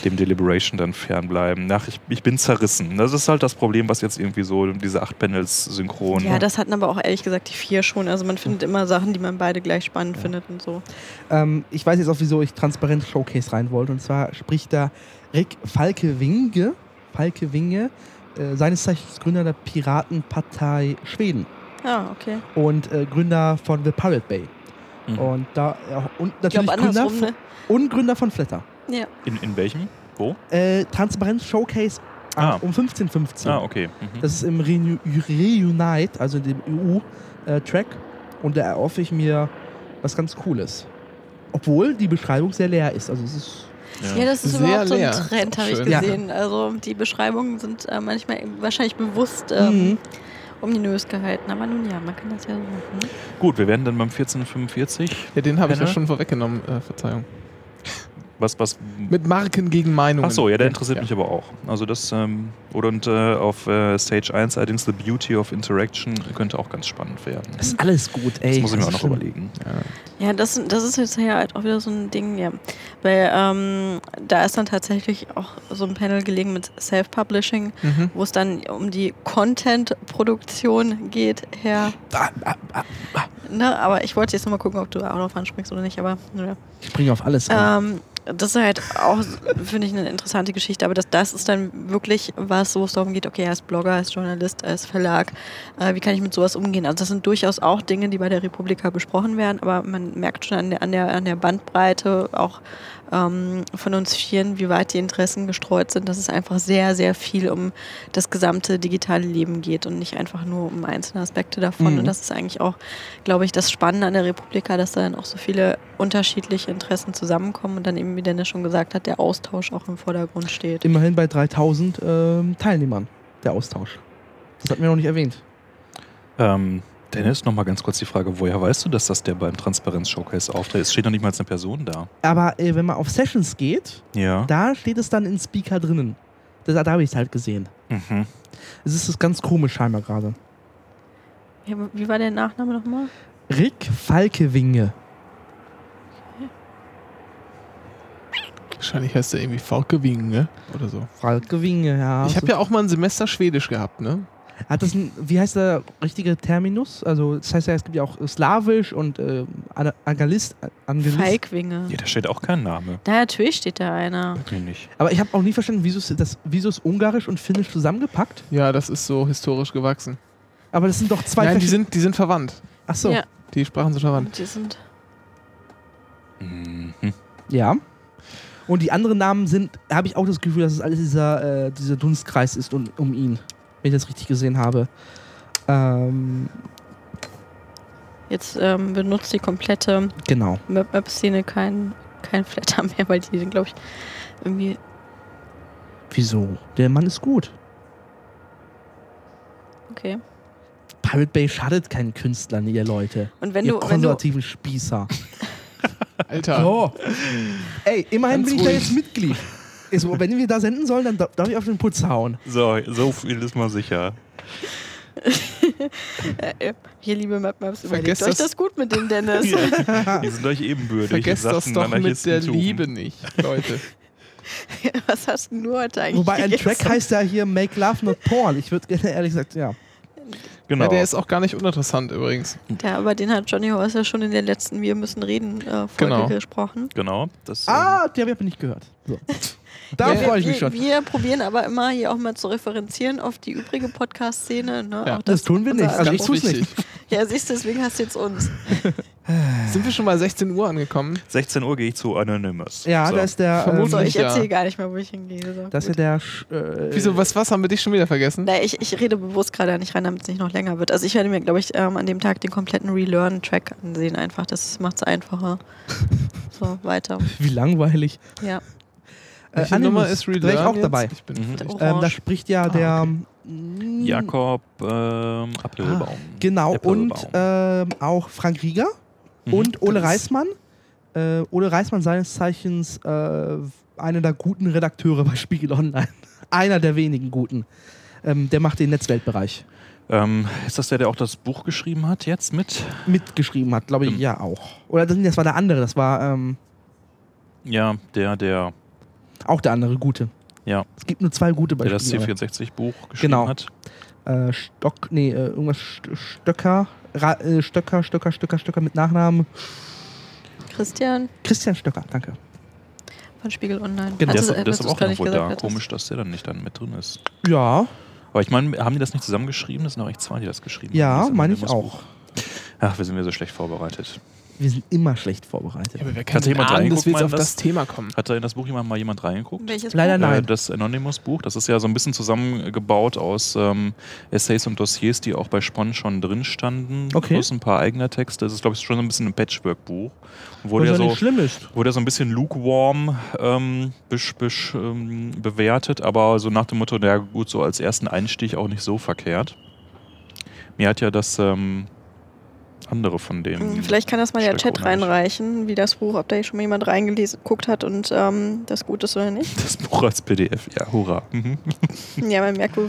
C: dem Deliberation dann fernbleiben. Ach, ich, ich bin zerrissen. Das ist halt das Problem, was jetzt irgendwie so diese acht Panels synchron.
B: Ja, das hatten aber auch ehrlich gesagt die vier schon. Also man findet immer Sachen, die man beide gleich spannend findet und so.
E: Ähm, ich weiß jetzt auch, wieso ich transparent Showcase rein wollte. Und zwar spricht da Rick Falke-Winge, Falke-Winge, äh, seines Zeichens Gründer der Piratenpartei Schweden
B: Ja, Ah, okay.
E: und äh, Gründer von The Pirate Bay.
C: Mhm.
E: Und da ja, und
B: Ich glaube
E: natürlich Gründer,
B: andersrum, ne?
E: von- und Gründer von Flatter.
C: in, in welchem? Wo?
E: Äh, Transparenz Showcase
C: Ah.
E: um 15.15
C: Ah, okay. Mhm.
E: Das ist im Renew- Reunite, also dem EU-Track. Und da erhoffe ich mir was ganz Cooles. Obwohl die Beschreibung sehr leer ist. Also es ist
B: Ja, das ist
A: Sehr
B: überhaupt
A: leer.
B: so ein Trend, habe ich
A: Schön.
E: Ja.
B: gesehen. Also die Beschreibungen sind äh, manchmal wahrscheinlich bewusst ähm,
E: Mhm.
B: ominös gehalten. Aber nun ja, man kann das ja so machen. ne?
C: Gut, wir werden dann beim 1445.
A: Ja, den habe ich ja
C: Panel?
A: schon vorweggenommen. Äh, Verzeihung.
C: Was, was.
A: Mit Marken gegen Meinung.
C: Ach so, ja, der interessiert mich aber auch. Also das, ähm, oder und äh, auf äh, Stage 1 allerdings The Beauty of Interaction könnte auch ganz spannend werden. Das
E: ist alles gut, ey.
C: muss ich mir auch noch
E: schlimm.
C: überlegen.
B: Ja, das, das ist jetzt ja halt auch wieder so ein Ding, ja. Weil ähm, da ist dann tatsächlich auch so ein Panel gelegen mit Self-Publishing,
A: Mhm.
B: wo es dann um die Content-Produktion geht, Herr.
E: Ah,
B: Ne, aber ich wollte jetzt nochmal gucken, ob du auch drauf anspringst oder nicht, aber naja.
E: Ich springe auf alles an.
B: Ähm, das ist halt auch, finde ich, eine interessante Geschichte, aber das, das ist dann wirklich was, wo es darum geht, okay, er ist Blogger, er ist Journalist, er ist Verlag, äh, wie kann ich mit sowas umgehen? Also das sind durchaus auch Dinge, die bei der Republika besprochen werden, aber man merkt schon an der, an der, an der Bandbreite auch ähm, von uns vieren, wie weit die Interessen gestreut sind, dass es einfach sehr, sehr viel um das gesamte digitale Leben geht und nicht einfach nur um einzelne Aspekte davon.
E: Mhm.
B: Und das ist eigentlich auch, glaube ich, das Spannende an der Republika, dass da dann auch so viele unterschiedliche Interessen zusammenkommen und dann eben, wie Dennis schon gesagt hat, der Austausch auch im Vordergrund steht.
E: Immerhin bei 3000 ähm, Teilnehmern, der Austausch. Das hat mir noch nicht erwähnt.
C: Ähm, Dennis, nochmal ganz kurz die Frage, woher weißt du, dass das der beim Transparenz-Showcase auftritt? Es steht noch nicht mal eine Person da.
E: Aber äh, wenn man auf Sessions geht,
C: Ja.
E: da steht es dann in Speaker drinnen. Das, da habe ich es halt gesehen.
C: Mhm.
E: Es ist das ganz komisch scheinbar gerade.
B: Ja, wie war der Nachname nochmal?
E: Rick Falkewinge.
A: Wahrscheinlich heißt der irgendwie Falkewing, ne? Oder so.
E: Falkewinge, ja. Also,
A: ich habe ja auch mal ein Semester Schwedisch gehabt, ne?
E: Hat das ein, wie heißt der richtige Terminus? Also, das heißt ja, es gibt ja auch Slawisch und äh, Ana- Angalist. Angalist.
B: Feigwinge.
C: Ja, da steht auch kein Name.
B: Na, natürlich steht da einer.
C: Nee, nicht.
E: Aber ich habe auch nie verstanden, wieso ist, das, wieso ist Ungarisch und Finnisch zusammengepackt?
A: Ja, das ist so historisch gewachsen.
E: Aber das sind doch zwei
A: Nein, die
E: verschiedene-
A: sind, die sind verwandt.
E: Ach so.
B: Ja.
A: Die Sprachen sind verwandt.
B: Die sind
C: Mhm.
E: Ja. Und die anderen Namen sind, habe ich auch das Gefühl, dass es alles dieser, äh, dieser Dunstkreis ist und, um ihn, wenn ich das richtig gesehen habe. Ähm,
B: jetzt ähm, benutzt die komplette
E: genau.
B: Map-Szene kein, kein Flatter mehr, weil die, glaube ich, irgendwie.
E: Wieso? Der Mann ist gut.
B: Okay.
E: Pirate Bay schadet keinen Künstlern, ihr Leute.
B: Und wenn
E: ihr
B: du, wenn du
E: konservativen Spießer.
A: Alter.
E: So. Ey, immerhin
A: Ganz
E: bin ich da
A: ruhig.
E: jetzt Mitglied. Ist so, wenn wir da senden sollen, dann da- darf ich auf den Putz hauen.
C: So, so viel ist mal sicher.
B: Äh, Hier, liebe MapMaps, überlegt
A: Vergesst
B: euch
A: das-
B: das gut mit dem Dennis.
C: Die sind euch
A: Ah.
C: ebenbürtig.
A: Vergesst
C: in
A: das
C: Sachen
A: doch mit der
C: Anarchistentum.
A: Liebe nicht, Leute.
B: Was hast denn du heute eigentlich
E: Wobei ein
B: gegessen?
E: Track heißt ja hier Make Love Not Porn. Ich würde gerne ehrlich gesagt, ja.
C: Genau.
A: Ja, der ist auch gar nicht uninteressant übrigens.
B: Ja, aber den hat Johnny Horst ja schon in der letzten Wir müssen reden äh, Folge
A: Genau.
B: gesprochen.
C: genau. Das, ähm,
E: Ah, die habe ich aber nicht gehört. So. Da
A: Ja,
E: freue ich
B: wir,
E: mich schon.
B: Wir probieren aber immer hier auch mal zu referenzieren auf die übrige Podcast-Szene. Ne?
A: Ja.
B: Auch
E: Das tun wir
B: unser
E: nicht. Also ich
B: Anspruch.
E: tu's nicht.
B: Ja, siehst du, deswegen hast du jetzt uns.
A: Sind wir schon bei 16 Uhr angekommen?
C: 16 ähm, Uhr gehe ich zu Anonymous.
E: Ja,
C: so.
E: da ist
C: Äh,
E: der.
A: Vermutlich.
B: So,
E: Ähm,
B: ich
A: ja.
B: erzähle gar nicht mehr, wo ich hingehe. So.
E: das ist ja
B: Gut.
E: der. Sch- Äh,
A: Wieso, was, was haben wir dich schon wieder vergessen?
B: Nein, ich, ich rede bewusst gerade nicht rein, damit es nicht noch länger wird. Also ich werde mir, glaube ich, ähm, an dem Tag den kompletten Relearn-Track ansehen einfach. Das macht es einfacher. so, weiter.
E: Wie langweilig.
B: Ja.
E: Äh,
A: Welche Nummer
E: Animus,
A: ist
E: da wär
A: Relearn
E: ich auch
A: jetzt?
E: dabei.
A: Ich bin Ah,
C: Mhm.
A: völlig-
E: Ähm, da
B: Orange.
E: spricht ja der. mm,
C: Jakob ähm, Appelbaum.
E: Genau,
C: Applebaum.
E: und ähm, auch Frank Rieger
C: Mhm.
E: und Ole
A: Das ist-
E: Reismann. Äh, Ole Reismann seines Zeichens äh, einer der guten Redakteure bei Spiegel Online. einer der wenigen guten. Ähm, der macht den Netzweltbereich.
C: Ähm, ist das der, der auch das Buch geschrieben hat jetzt mit?
E: Mitgeschrieben hat, glaube ich,
C: Stimmt.
E: ja auch. Oder das, nee, das war der andere, das war ähm,
C: Ja, der, der,
E: auch der andere gute.
C: Ja.
E: Es gibt nur zwei gute bei
C: der das
E: Spiegel Online.
C: C64-Buch geschrieben
E: Genau.
C: hat.
E: äh, Stock, nee, äh, irgendwas St- Stöcker, Ra äh, Stöcker, Stöcker, Stöcker, Stöcker mit Nachnamen.
B: Christian
E: Christian Stöcker, danke.
B: von Spiegel Online.
E: Genau.
C: Der ist,
B: Also,
C: der
B: wenn
C: ist
B: du's
C: aber auch
B: gar
C: noch
B: nicht
C: wohl
B: gesagt
C: da.
B: hättest.
C: Komisch, dass der dann nicht dann mit drin ist.
E: Ja,
C: Aber ich meine, haben die das nicht zusammengeschrieben? Das sind auch echt zwei, die das geschrieben haben.
E: ja,
C: Das
E: meine ich
C: Anonymous-Buch.
E: auch.
C: Ach, wir sind wieder so schlecht vorbereitet.
E: Wir sind immer schlecht vorbereitet.
A: Ja, aber wer
C: Hat
A: denn
C: jemand
A: ahnen, dass wir
C: reingeguckt,
A: jetzt auf
C: meint
A: das
C: das?
A: Thema kommen?
C: Hat da in das Buch jemand mal jemand reingeguckt?
B: Welches
E: Leider
B: Buch?
E: Nein.
C: Äh, das Anonymous-Buch, das ist ja so ein bisschen zusammengebaut aus ähm, Essays und Dossiers, die auch bei Spon schon drin standen.
E: Okay.
C: Plus ein paar eigener Texte. Das ist, glaube ich, schon so ein bisschen ein Patchwork-Buch. Wurde
E: Was
C: ja
E: ja
C: so
E: nicht schlimm ist.
C: wurde so ein bisschen lukewarm ähm, besch, besch, ähm, bewertet, aber so nach dem Motto, ja gut, so als ersten Einstieg auch nicht so verkehrt. Mir hat ja das ähm, andere von dem.
B: Hm, Vielleicht kann das mal der
C: Stöcke
B: Chat
C: unheimlich.
B: reinreichen, wie das Buch, ob da schon mal jemand reingeguckt hat und ähm, das gut ist oder nicht.
C: Das Buch als PDF, ja, hurra. Mhm.
B: ja, man merkt, wo-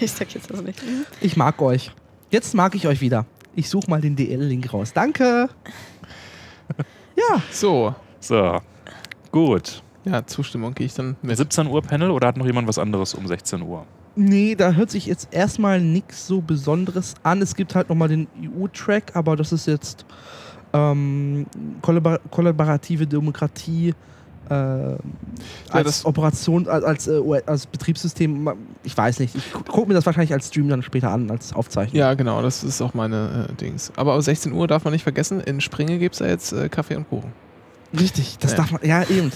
B: ich sag jetzt das nicht.
E: Ich mag euch. Jetzt mag ich euch wieder. Ich suche mal den DL-Link raus. Danke. ja,
A: So,
C: So, gut.
A: ja, Zustimmung gehe ich dann mit.
C: 17 Uhr Panel oder hat noch jemand was anderes um 16 Uhr?
E: nee, da hört sich jetzt erstmal nichts so Besonderes an. Es gibt halt nochmal den EU-Track, aber das ist jetzt ähm, kollabor kollaborative Demokratie. Äh, als
A: das-
E: Operation, als, als, äh, US als Betriebssystem, ich weiß nicht. Ich gu- guck mir das wahrscheinlich als Stream dann später an, als Aufzeichnung.
A: Ja, genau, das ist auch meine äh, Dings. Aber um 16 Uhr darf man nicht vergessen, in Springe gibt es ja jetzt äh, Kaffee und Kuchen.
E: Richtig, das
A: Ja.
E: darf man. Ja, eben.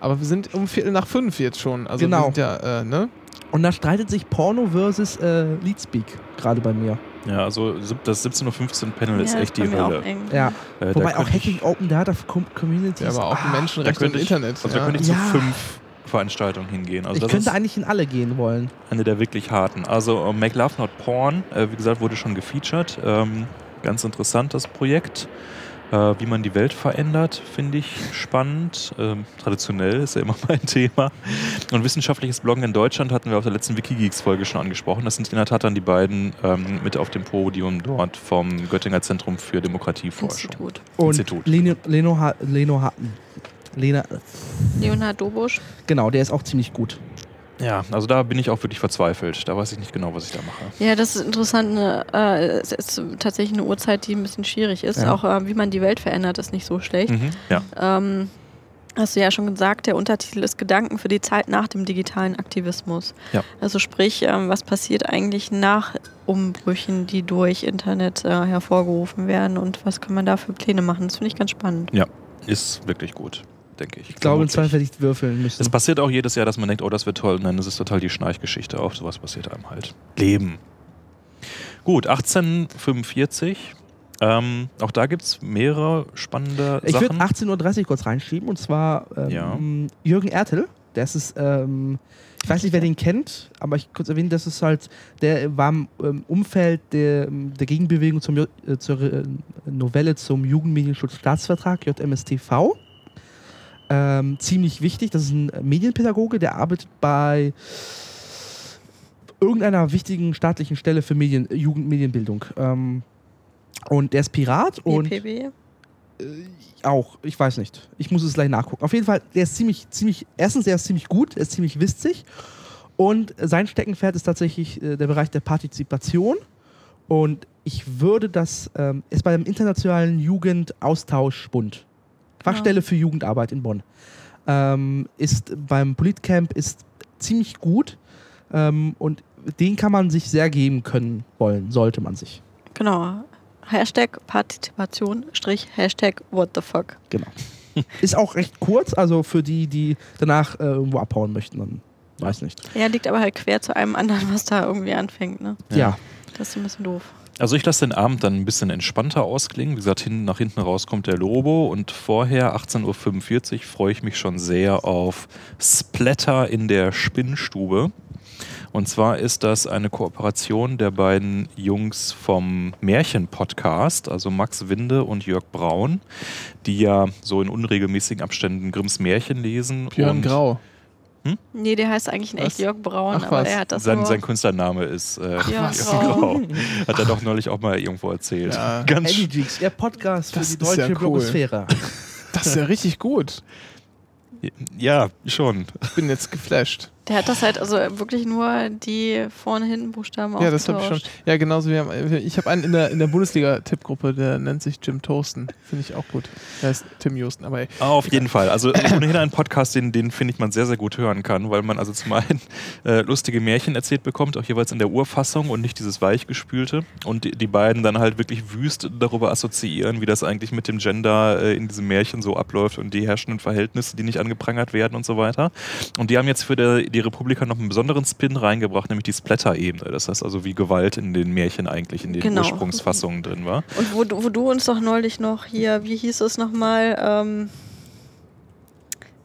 A: Aber wir sind um Viertel nach fünf jetzt schon. Also
E: Genau.
A: wir sind ja, äh, ne?
E: Und da streitet sich Porno versus äh, Leadspeak gerade bei mir.
C: Ja, also sieb- das 17.15 Uhr Panel ist
B: Ja,
C: echt
B: bei
C: die
B: mir auch
C: Hölle.
B: eng.
E: Ja.
C: Äh, da
E: Wobei auch
C: könnte ich-
E: Hacking Open Data für Com Communities.
A: Ja, aber auch
E: ah,
C: Da
A: Menschenrechte und
C: könnte ich,
A: Internet.
C: also da
A: ja.
C: könnte ich zu
E: Ja.
C: fünf Veranstaltungen hingehen. Also
E: ich
C: das
E: könnte
C: ist-
E: eigentlich in alle gehen wollen.
C: eine der wirklich harten. Also äh, Make Love Not Porn, äh, wie gesagt, wurde schon gefeatured. Ähm, ganz interessant das Projekt. Äh, wie man die Welt verändert, finde ich spannend. Ähm, traditionell ist ja immer mein Thema. Und wissenschaftliches Bloggen in Deutschland hatten wir auf der letzten Wikigeeks-Folge schon angesprochen. Das sind in der Tat dann die beiden ähm, mit auf dem Podium dort vom Göttinger Zentrum für Demokratieforschung.
B: Institut.
E: Und
C: Institut.
E: Leno, Leno, Ha- Leno Hatten. Lena,
B: Leonhard Dobusch.
E: genau, der ist auch ziemlich gut.
C: Ja, also da bin ich auch wirklich verzweifelt. Da weiß ich nicht genau, was ich da mache.
B: Ja, das ist interessant. ne, Äh, es ist tatsächlich eine Uhrzeit, die ein bisschen schwierig ist.
E: Ja.
B: Auch äh, wie man die Welt verändert, ist nicht so schlecht.
C: Mhm. Ja.
B: Ähm, hast du ja schon gesagt, der Untertitel ist Gedanken für die Zeit nach dem digitalen Aktivismus.
C: Ja.
B: Also sprich, ähm, was passiert eigentlich nach Umbrüchen, die durch Internet äh, hervorgerufen werden und was kann man da für Pläne machen? Das finde ich ganz spannend.
C: Ist wirklich gut, denke ich.
E: Ich glaube, in
C: Vermutlich.
E: Zweifel hätte ich würfeln müssen.
C: Es passiert auch jedes Jahr, dass man denkt, oh, das wird toll. Und dann ist es total die Schnarchgeschichte. Auch sowas passiert einem halt. Leben. Gut, 1845. Ähm, auch da gibt es mehrere spannende
E: Ich würde
C: Sachen.
E: 18.30 Uhr kurz reinschieben und zwar ähm,
C: Ja.
E: Jürgen Ertel. Das ist, ähm, ich weiß nicht, wer den kennt, aber ich kurz erwähnen, das ist halt, der war im ähm, Umfeld der, der Gegenbewegung zum, Ju- äh, zur äh, Novelle zum Jugendmedienschutzstaatsvertrag, JMSTV. Ähm, ziemlich wichtig, das ist ein Medienpädagoge, der arbeitet bei irgendeiner wichtigen staatlichen Stelle für Medien, Jugendmedienbildung. Ähm, und der ist Pirat und
B: EPB?
E: auch, ich weiß nicht. Ich muss es gleich nachgucken. Auf jeden Fall, der ist ziemlich, ziemlich, erstens, der ist ziemlich gut, er ist ziemlich witzig. Und sein Steckenpferd ist tatsächlich äh, der Bereich der Partizipation. Und ich würde das, ähm, ist beim Internationalen Jugendaustauschbund, Fachstelle für Jugendarbeit in Bonn, ähm, ist beim Politcamp ist ziemlich gut. Ähm, und den kann man sich sehr geben können wollen, sollte man sich.
B: Genau. Hashtag Partizipation, Strich, Hashtag What the fuck.
E: Genau. Ist auch recht kurz, also für die, die danach äh, irgendwo abhauen möchten, dann weiß nicht.
B: Ja, liegt aber halt quer zu einem anderen, was da irgendwie anfängt. Ne?
E: Ja.
B: Das ist ein bisschen doof.
C: Also ich lasse den Abend dann ein bisschen entspannter ausklingen. Wie gesagt, hin, nach hinten raus kommt der Lobo und vorher 18.45 Uhr freue ich mich schon sehr auf Splatter in der Spinnstube. Und zwar ist das eine Kooperation der beiden Jungs vom Märchen-Podcast, also Max Winde und Jörg Braun, die ja so in unregelmäßigen Abständen Grimms Märchen lesen.
A: Björn
C: und
A: Grau.
B: Nee, der heißt eigentlich in
A: Was?
B: echt Jörg Braun,
A: Ach,
B: aber
A: was?
B: er hat das
C: Sein,
B: nur...
C: sein Künstlername ist äh,
B: Ach,
C: Jörg
B: was?
C: Grau. Hat er doch neulich auch mal irgendwo erzählt.
A: Ja.
C: Ganz
E: Andy Jigs, der Podcast für
A: Das
E: die
A: ist
E: deutsche
A: ja cool.
E: Blogosphäre.
A: Das ist ja richtig gut.
C: Ja, schon.
A: Ich bin jetzt geflasht.
B: Der hat das halt also wirklich nur die vorne hinten Buchstaben
A: Ja, das habe ich schon.
B: ausgetauscht.
A: Ja, genauso wie am- ich habe einen in der, in der Bundesliga-Tippgruppe, der nennt sich Jim Toasten. Finde ich auch gut. Der heißt Tim Houston, aber ey,
C: Ah, auf jeden Fall. Also ohnehin ein Podcast, den, den finde ich man sehr, sehr gut hören kann, weil man also zum einen äh, lustige Märchen erzählt bekommt, auch jeweils in der Urfassung und nicht dieses weichgespülte. Und die, die beiden dann halt wirklich wüst darüber assoziieren, wie das eigentlich mit dem Gender äh, in diesem Märchen so abläuft und die herrschenden Verhältnisse, die nicht angeprangert werden und so weiter. Und die haben jetzt für der, die Republika noch einen besonderen Spin reingebracht, nämlich die Splatter-Ebene. Das heißt also, wie Gewalt in den Märchen eigentlich in den
B: Genau.
C: Ursprungsfassungen drin war.
B: Und wo, du- wo du uns doch neulich noch hier, wie hieß es nochmal? Ähm,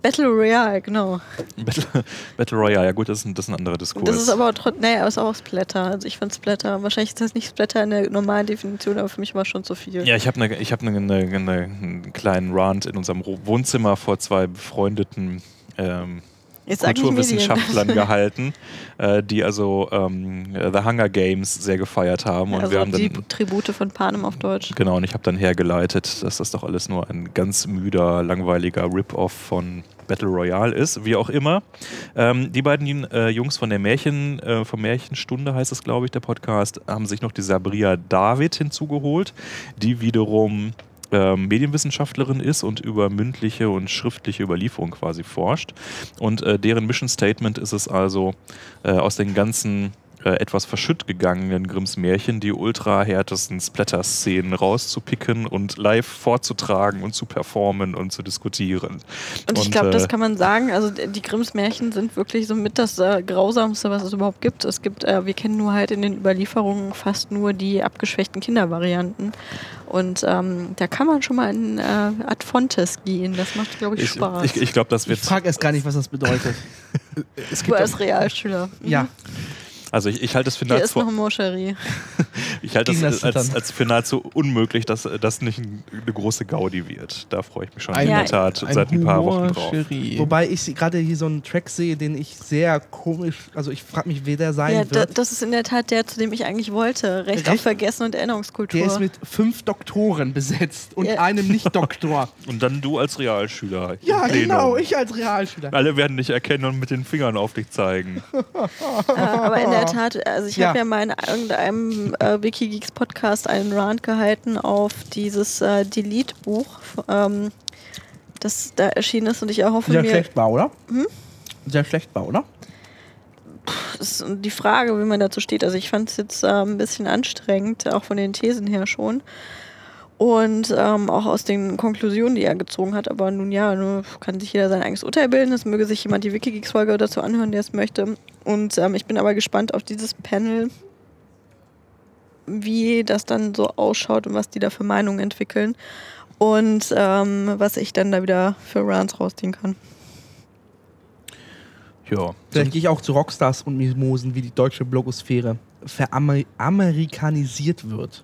B: Battle Royale, genau.
C: Battle, Battle Royale, ja gut, das ist ein, das ist ein anderer Diskurs.
B: Das ist aber trotzdem, nee, ist auch Splatter. Also ich fand Splatter, wahrscheinlich ist das nicht Splatter in der normalen Definition, aber für mich war es schon zu viel.
C: Ja, ich habe eine, ich ne, habe eine, eine, eine, einen kleinen Rant in unserem Ro- Wohnzimmer vor zwei befreundeten ähm,
B: Jetzt sag ich Medien.
C: Kulturwissenschaftlern gehalten, äh, die also ähm, The Hunger Games sehr gefeiert haben und
B: Also
C: wir haben
B: die
C: dann
B: Tribute von Panem auf Deutsch.
C: genau und ich habe dann hergeleitet, dass das doch alles nur ein ganz müder, langweiliger Rip-Off von Battle Royale ist, wie auch immer. Ähm, die beiden äh, Jungs von der Märchen, äh, vom Märchenstunde heißt es, glaube ich, der Podcast, haben sich noch die Sabria David hinzugeholt, die wiederum ähm, Medienwissenschaftlerin ist und über mündliche und schriftliche Überlieferung quasi forscht. Und äh, deren Mission Statement ist es also, äh, aus den ganzen äh, etwas verschütt gegangenen Grimms Märchen die ultrahärtesten Splatter-Szenen rauszupicken und live vorzutragen und zu performen und zu diskutieren.
B: Und ich glaube, das kann man sagen. Also d- die Grimms Märchen sind wirklich so mit das äh, Grausamste, was es überhaupt gibt. Es gibt, äh, wir kennen nur halt in den Überlieferungen fast nur die abgeschwächten Kindervarianten. Und ähm, da kann man schon mal in äh, Ad Fontes gehen. Das macht, glaube ich,
C: ich,
B: Spaß.
C: ich, ich glaube, das
E: Ich
C: wird
E: frage erst gar nicht, was das bedeutet.
A: es
B: du
A: gibt
B: als Realschüler. Mhm.
E: ja.
C: Also ich, ich halte es für
B: Hier
C: nahezu,
B: ist noch eine Moscherie.
C: ich halte
E: Gegen
C: es
E: das
C: als,
E: Zittern.
C: als für nahezu unmöglich, dass das nicht ein, eine große Gaudi wird. Da freue ich mich schon
A: Ein-
C: in
B: Ja,
C: der Tat seit ein paar Wochen drauf.
A: Humorsherry.
E: Wobei ich sie- gerade hier so einen Track sehe, den ich sehr komisch, also ich frage mich, wer der sein
B: Ja, da,
E: wird.
B: das ist in der Tat der, zu dem ich eigentlich wollte. Recht auf
E: Recht-
B: Vergessen und
E: Der ist
B: Erinnerungskultur.
E: mit fünf Doktoren besetzt und
B: Ja.
E: einem Nicht-Doktor.
C: Und dann du als Realschüler. im
E: ja,
C: Plenum.
E: genau, ich als Realschüler.
C: Alle werden dich erkennen und mit den Fingern auf dich zeigen.
B: Äh, aber in der Tat, also ich
E: Ja.
B: habe ja mal in irgendeinem äh, Wikigeeks Podcast einen Rant gehalten auf dieses äh, Delete-Buch, ähm, das da erschienen ist und ich erhoffe
E: Sehr
B: mir, Hm?
E: schlecht war, oder? Sehr schlecht war, oder?
B: Das ist die Frage, wie man dazu steht. Also ich fand es jetzt äh, ein bisschen anstrengend, auch von den Thesen her schon. Und ähm, auch aus den Konklusionen, die er gezogen hat. Aber nun ja, nur kann sich jeder sein eigenes Urteil bilden. Es möge sich jemand die Wikigeeks-Folge dazu anhören, der es möchte. Und ähm, ich bin aber gespannt auf dieses Panel, wie das dann so ausschaut und was die da für Meinungen entwickeln. Und ähm, was ich dann da wieder für Rants rausziehen kann.
C: Ja.
E: Vielleicht gehe ich auch zu Rockstars und Mimosen, wie die deutsche Blogosphäre veramerikanisiert wird.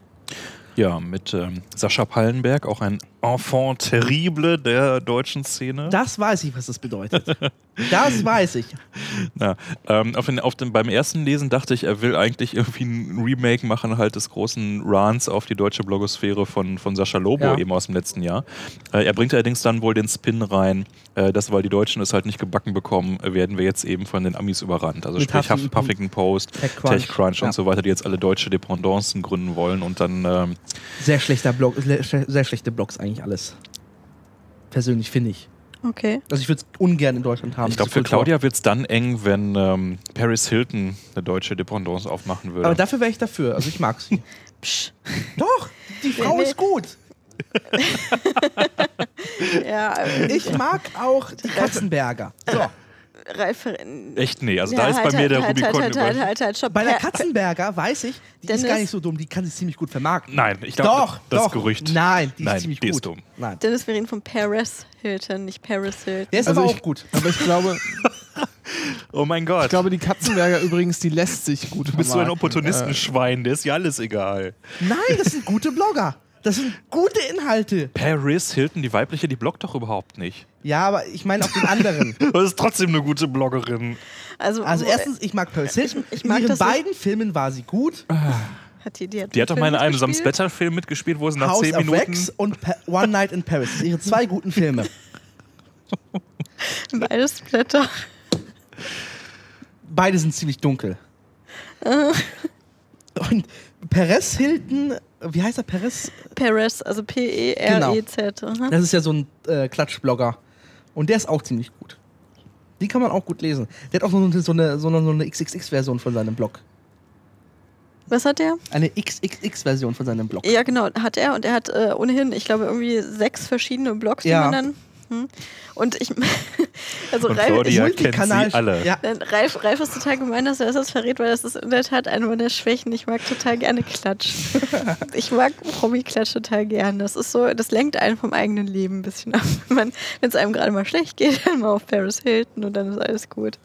C: Ja, mit ähm, Sascha Pallenberg, auch ein Enfant terrible der deutschen Szene.
E: Das weiß ich, was das bedeutet. das weiß ich.
C: Ja, ähm, auf den, auf den, beim ersten Lesen dachte ich, er will eigentlich irgendwie ein Remake machen, halt des großen Rants auf die deutsche Blogosphäre von, von Sascha Lobo
E: Ja.
C: eben aus dem letzten Jahr. Äh, er bringt allerdings dann wohl den Spin rein, äh, dass weil die Deutschen es halt nicht gebacken bekommen, äh, werden wir jetzt eben von den Amis überrannt. Also
E: Mit
C: sprich
E: Huffington-
C: Huff- Huffington Post,
E: TechCrunch.
C: TechCrunch Crunch
E: Ja.
C: und so weiter, die jetzt alle deutsche Dependancen gründen wollen und dann ähm,
E: Sehr schlechter Blog, le- sche- sehr schlechte Blogs eigentlich alles. Persönlich finde ich.
B: Okay.
E: Also ich würde es ungern in Deutschland haben.
C: ich glaube,
E: diese
C: für
E: Kultur.
C: Claudia wird es dann eng, wenn ähm, Paris Hilton eine deutsche Dependance aufmachen würde.
E: Aber dafür wäre ich dafür. Also ich mag sie.
B: Psch.
E: Doch, die Frau
B: Nee,
E: ist gut.
B: Ja,
E: Ich mag auch die Katzenberger. So,
B: Ralf,
C: Echt? Nee, also da ist bei mir der
B: halt,
C: Rubikon
B: halt, halt,
C: über.
B: halt, halt, halt, stopp.
E: bei der
B: Per-
E: Katzenberger weiß ich, die ist gar
B: Dennis?
E: nicht so dumm. Die kann es ziemlich gut vermarkten.
C: Nein, ich
E: doch,
C: glaube, das
E: doch.
C: Gerücht.
E: Nein, die
C: Nein,
E: ist ziemlich
C: die
E: gut.
C: ist dumm.
E: Nein.
B: Dennis, wir reden von Paris Hilton, nicht Paris Hilton.
E: Der ist
A: Also
E: aber
A: ich-
E: auch gut.
A: Aber ich glaube,
B: halt.
C: Oh mein Gott.
A: ich äh. glaube, die Katzenberger übrigens, die lässt sich gut
C: du bist so ein
A: vermarkten.
C: Opportunistenschwein, der ist ja alles egal.
E: Nein, das sind gute Blogger. Das sind gute Inhalte.
C: Paris Hilton, die weibliche, die bloggt doch überhaupt nicht.
E: Ja, aber ich meine auch den anderen.
C: Das ist trotzdem eine gute Bloggerin.
B: Also,
E: Also
B: wo-
E: erstens, ich mag Paris Hilton.
B: ich
E: In
B: mag
E: ihren
B: das nicht.
E: beiden Filmen war sie gut.
B: hat die, die hat,
C: Die hat doch
B: Film
C: mal in einem Sam
B: mitgespielt?
C: Splatter-Film mitgespielt, wo sie nach
E: House
C: zehn
E: of
C: Minuten.
E: Wax und pa One Night in Paris. Das sind ihre zwei guten Filme.
B: Beides Blätter.
E: Beide sind ziemlich dunkel. Und Perez Hilton, wie heißt er Perez?
B: Paris, also P-E-R-E-Z.
C: Hm?
B: aha.
E: Das ist ja so ein äh, Klatschblogger. Und der ist auch ziemlich gut. Die kann man auch gut lesen. Der hat auch so eine, so eine, so eine, so eine XXX-Version von seinem Blog.
B: Was hat der?
E: Eine XXX-Version von seinem Blog.
B: Ja, genau, hat er. Und er hat äh, ohnehin, ich glaube, irgendwie sechs verschiedene Blogs, die
E: Ja.
B: man dann. Hm. Und ich. Also,
C: Und
B: Ralf, ich
C: Claudia kennt
E: Multikanal-
C: sie alle.
E: Ja,
B: Nein, Ralf, Ralf ist total gemein, dass er das verrät, weil das ist in der Tat eine meiner Schwächen. Ich mag total gerne Klatsch. Ich mag Promi-Klatsch total gern. Das ist so, das lenkt einen vom eigenen Leben ein bisschen ab. Wenn es einem gerade mal schlecht geht, dann mal auf Paris Hilton und dann ist alles gut.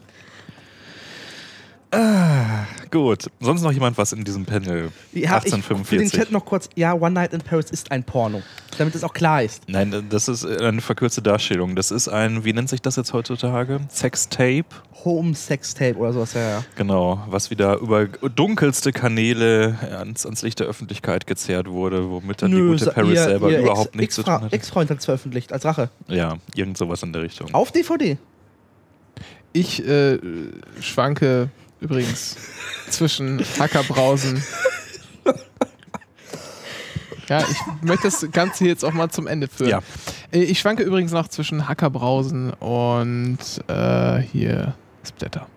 C: Gut. Sonst noch jemand was in diesem Panel?
E: Ja, Ich, für den
C: 1845.
E: Chat noch kurz, ja, One Night in Paris ist ein Porno. Damit es auch klar ist.
C: Nein, das ist eine verkürzte Darstellung. Das ist ein, wie nennt sich das jetzt heutzutage? Sextape?
E: Home Sex Tape oder sowas, ja, ja.
C: Genau, was wieder über dunkelste Kanäle ans, ans Licht der Öffentlichkeit gezerrt wurde, womit dann die gute
E: sa-
C: Paris
E: ihr-
C: selber
E: ihr
C: überhaupt
E: Ex-
C: nichts zu
E: Ex-Fra-
C: tun hat.
E: Ex-Freund hat es veröffentlicht, als Rache.
C: Ja, irgend sowas in der Richtung.
E: Auf DVD.
A: Ich äh, schwanke übrigens zwischen Hackerbrausen. Ja, ich möchte das Ganze jetzt auch mal zum Ende führen.
C: Ja.
A: Äh, Ich schwanke übrigens noch zwischen Hackerbrausen und äh, hier Splatter.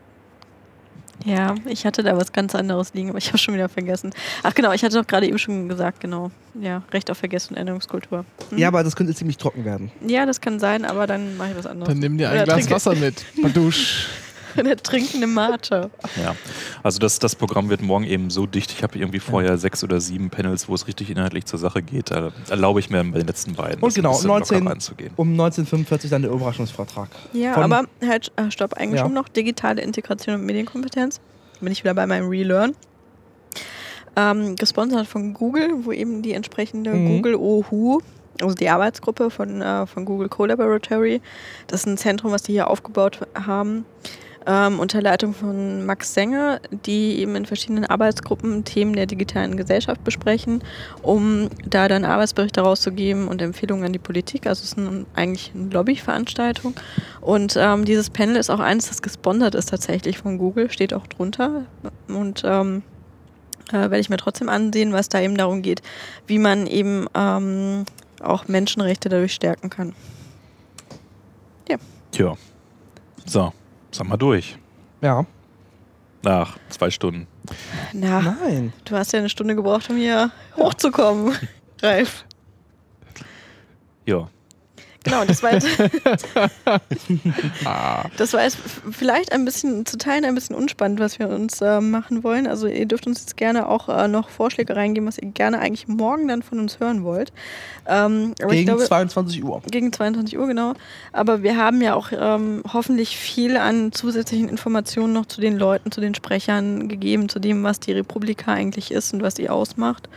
B: Ja, ich hatte da was ganz anderes liegen, aber ich habe schon wieder vergessen. Ach genau, ich hatte doch gerade eben schon gesagt, genau. Ja, Recht auf Vergessen und Änderungskultur.
C: Hm?
B: Mhm.
E: Ja, aber das könnte ziemlich trocken werden.
B: Ja, das kann sein, aber dann mache ich was anderes.
A: Dann nimm dir ein
B: Oder
A: Glas
B: trinke-
A: Wasser mit. Badusch.
B: Oder trinke eine Mate.
C: Ja. Also das, das Programm wird morgen eben so dicht. Ich habe irgendwie vorher sechs oder sieben Panels, wo es richtig inhaltlich zur Sache geht. Da erlaube ich mir bei den letzten beiden,
E: Und
C: das ein
E: genau,
C: bisschen
E: 19
C: lockerer anzugehen.
E: Um 1945 dann der Überraschungsvertrag.
B: Ja,
E: Von-
B: aber halt, äh, stopp, eingeschoben
E: Ja.
B: noch, digitale Integration und Medienkompetenz. bin ich wieder bei meinem Relearn. Ähm, gesponsert von Google, wo eben die entsprechende
E: Mhm.
B: Google OHU, also die Arbeitsgruppe von, äh, von Google Collaboratory, das ist ein Zentrum, was die hier aufgebaut haben, ähm, unter Leitung von Max Senge, die eben in verschiedenen Arbeitsgruppen Themen der digitalen Gesellschaft besprechen, um da dann Arbeitsberichte rauszugeben und Empfehlungen an die Politik. Also es ist ein, eigentlich eine Lobbyveranstaltung. Und ähm, dieses Panel ist auch eines, das gesponsert ist tatsächlich von Google, steht auch drunter. Und ähm, äh, werde ich mir trotzdem ansehen, was da eben darum geht, wie man eben ähm, auch Menschenrechte dadurch stärken kann.
C: Tja. So, sag mal durch.
E: Ja.
C: Nach zwei Stunden. Ah.
B: Na,
E: Nein.
B: du hast ja eine Stunde gebraucht, um hier hochzukommen, Ralf.
C: Ja.
B: Genau, das war jetzt,
A: Ah,
B: das war jetzt f- vielleicht ein bisschen, zu Teilen ein bisschen unspannend, was wir uns äh, machen wollen. Also ihr dürft uns jetzt gerne auch äh, noch Vorschläge reingeben, was ihr gerne eigentlich morgen dann von uns hören wollt. Ähm, aber ich
E: Gegen
B: glaube-
E: 22 Uhr.
B: Gegen 22 Uhr, genau. Aber wir haben ja auch ähm, hoffentlich viel an zusätzlichen Informationen noch zu den Leuten, zu den Sprechern gegeben, zu dem, was die Republika eigentlich ist und was die ausmacht.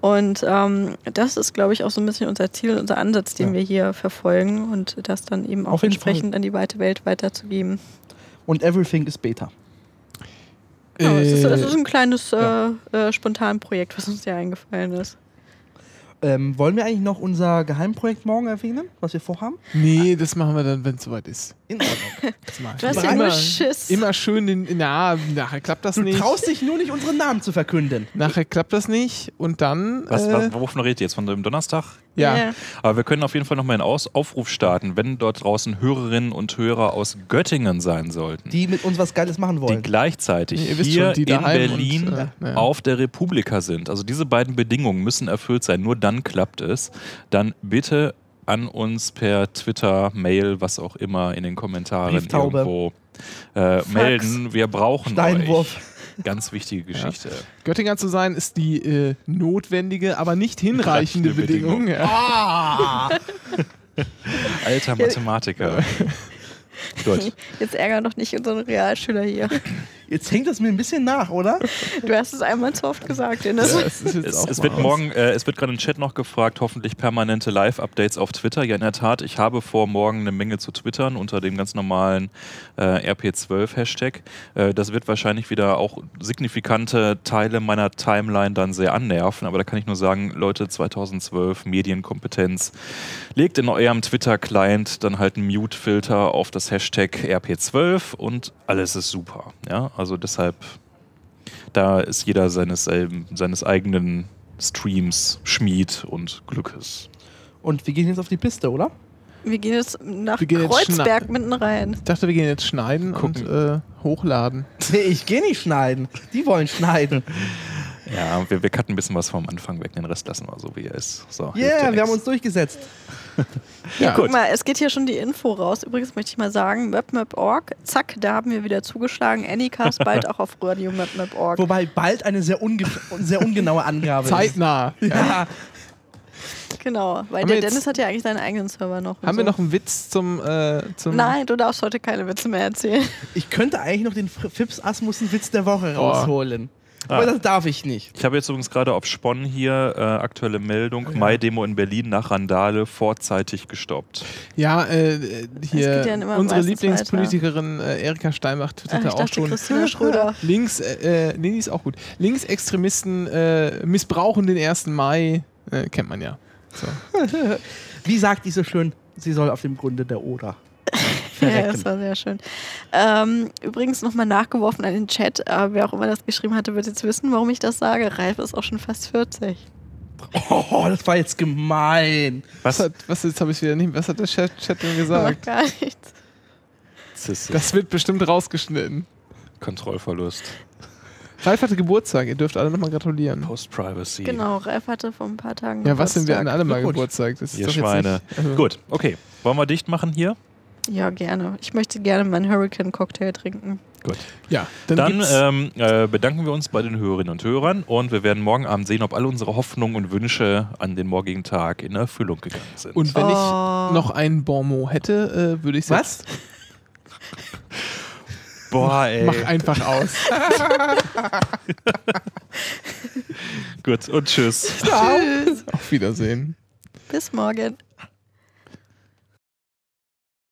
B: Und ähm, das ist, glaube ich, auch so ein bisschen unser Ziel, unser Ansatz, den
E: Ja.
B: wir hier verfolgen und das dann eben auch
E: Auf jeden Fall.
B: entsprechend an die weite Welt weiterzugeben.
E: Und everything is beta.
B: Ja, Genau, es, ist, es
A: äh,
B: ist ein kleines
E: ja.
B: äh, äh, spontan Projekt, was uns hier eingefallen ist.
E: Ähm, wollen wir eigentlich noch unser Geheimprojekt morgen erwähnen, was wir vorhaben?
A: nee, das machen wir dann, wenn es soweit ist.
E: In Ordnung.
A: Das mach ich.
B: Du hast
E: ja
B: ja nur
A: immer,
B: Schiss.
A: immer schön den. Na, nachher klappt das
E: Du
A: nicht.
E: traust dich nur nicht, unseren Namen zu verkünden.
A: Nachher klappt das nicht und dann.
C: Was,
A: äh,
C: was, wovon redet ihr jetzt? Von dem Donnerstag?
A: Ja.
C: Aber wir können auf jeden Fall nochmal einen Aus Aufruf starten, wenn dort draußen Hörerinnen und Hörer aus Göttingen sein sollten.
E: Die mit uns was Geiles machen
C: die
E: wollen.
C: gleichzeitig
A: Ihr wisst
C: hier
A: schon, die
C: in
A: daheim
C: Berlin
A: und, äh, naja.
C: auf der Republika sind. Also diese beiden Bedingungen müssen erfüllt sein. Nur dann klappt es. Dann bitte an uns per Twitter, Mail, was auch immer in den Kommentaren
E: Brieftaube.
C: irgendwo äh, melden. Wir brauchen
E: Steinwurf.
C: euch. Ganz wichtige Geschichte.
A: Göttinger zu sein ist die äh, notwendige, aber nicht hinreichende
C: Hinreichende
A: Bedingung.
C: Bedingung.
A: Ja.
C: Alter Mathematiker. Gut.
B: Jetzt ärger doch nicht unseren Realschüler hier.
E: Jetzt hängt das mir ein bisschen nach, oder?
B: Du hast es einmal zu oft gesagt, Dennis.
A: Das ist jetzt
C: Es,
A: auch
C: es
A: mal
C: wird
A: aus.
C: morgen, äh, es wird gerade im Chat noch gefragt, hoffentlich permanente Live-Updates auf Twitter. Ja, in der Tat, ich habe vor, morgen eine Menge zu twittern unter dem ganz normalen äh, RP12-Hashtag. Äh, das wird wahrscheinlich wieder auch signifikante Teile meiner Timeline dann sehr annerven, aber da kann ich nur sagen, Leute, 2012, Medienkompetenz, legt in eurem Twitter-Client dann halt einen Mute-Filter auf das Hashtag RP12 und alles ist super. Ja, also deshalb da ist jeder seines, selben- seines eigenen Streams Schmied und Glückes.
E: Und wir gehen jetzt auf die Piste, oder?
B: Wir gehen jetzt nach
A: Wir gehen jetzt
B: Kreuzberg
A: schna-
B: mitten rein.
A: Ich dachte, wir gehen jetzt schneiden
C: Gucken.
A: und äh, hochladen.
E: Nee, ich gehe nicht schneiden. Die wollen schneiden.
C: Ja, wir, wir cutten ein bisschen was vom Anfang weg, den Rest lassen wir so, wie er ist. So, hilft ja
E: Yeah, wir haben uns
C: nix.
E: durchgesetzt.
A: Ja,
B: Guck mal, es geht hier schon die Info raus. Übrigens möchte ich mal sagen, mapmap.org, zack, da haben wir wieder zugeschlagen. Anycast bald auch auf Radio mapmap.org.
E: Wobei bald eine sehr, unge sehr ungenaue Angabe ist.
A: Zeitnah.
E: Ja.
B: Genau, weil
A: Haben
B: der
A: wir jetzt-
B: Dennis hat ja eigentlich seinen eigenen Server noch. und
A: Haben wir
B: so.
A: noch einen Witz zum. Äh, zum
B: Nein, du darfst heute keine Witze mehr erzählen.
E: Ich könnte eigentlich noch den Fr- Fips Asmussen-Witz der Woche
A: Oh.
E: rausholen. Aber das darf ich nicht.
C: Ich habe jetzt übrigens gerade auf Spon hier äh, aktuelle Meldung: Mai-Demo in Berlin nach Randale vorzeitig gestoppt.
A: Ja, äh, hier
B: geht ja immer
A: unsere
B: meistens
A: Lieblingspolitikerin äh, Erika Steinbach twitterte
B: ich
A: auch
B: dachte,
A: schon.
B: Christina Schröder.
A: Links, äh, äh, nee, die ist auch gut. Linksextremisten äh, missbrauchen den 1. Mai. Äh, kennt man ja. So.
E: Wie sagt die so schön, sie soll auf dem Grunde der Oder.
B: Ja,
E: verrecken.
A: genau.
B: das war sehr schön. Ähm, übrigens nochmal nachgeworfen an den Chat. Äh, wer auch immer das geschrieben hatte, wird jetzt wissen, warum ich das sage. Ralf ist auch schon fast 40.
E: Oh, das war jetzt gemein.
A: Was hat, was jetzt habe ich wieder nicht, was hat der Chat, Chat denn
B: Macht
A: gesagt?
B: gar nichts.
C: Das
A: Das wird bestimmt rausgeschnitten.
C: Kontrollverlust.
A: Ralf hatte Geburtstag, ihr dürft alle nochmal gratulieren.
C: Post-Privacy.
B: Genau, Ralf hatte vor ein paar Tagen.
A: Ja, was denn, wir
B: Geburtstag.
A: hatten alle mal
E: Glückwunsch.
A: Geburtstag? Das ist
C: Ihr
A: doch jetzt
C: Schweine.
A: nicht- also-
C: Gut, okay. Wollen wir dicht machen hier?
B: Ja, gerne. Ich möchte gerne meinen Hurricane-Cocktail trinken.
C: Gut.
A: Ja, dann,
C: Dann
A: gibt's,
C: ähm, äh, bedanken wir uns bei den Hörerinnen und Hörern und wir werden morgen Abend sehen, ob alle unsere Hoffnungen und Wünsche an den morgigen Tag in Erfüllung gegangen sind.
A: und wenn ich
B: Oh.
A: noch einen Bonmot hätte, äh, würde ich
E: Was?
C: Boah, ey.
A: Mach einfach aus.
C: Gut, und tschüss.
A: Auf Wiedersehen.
B: Bis morgen.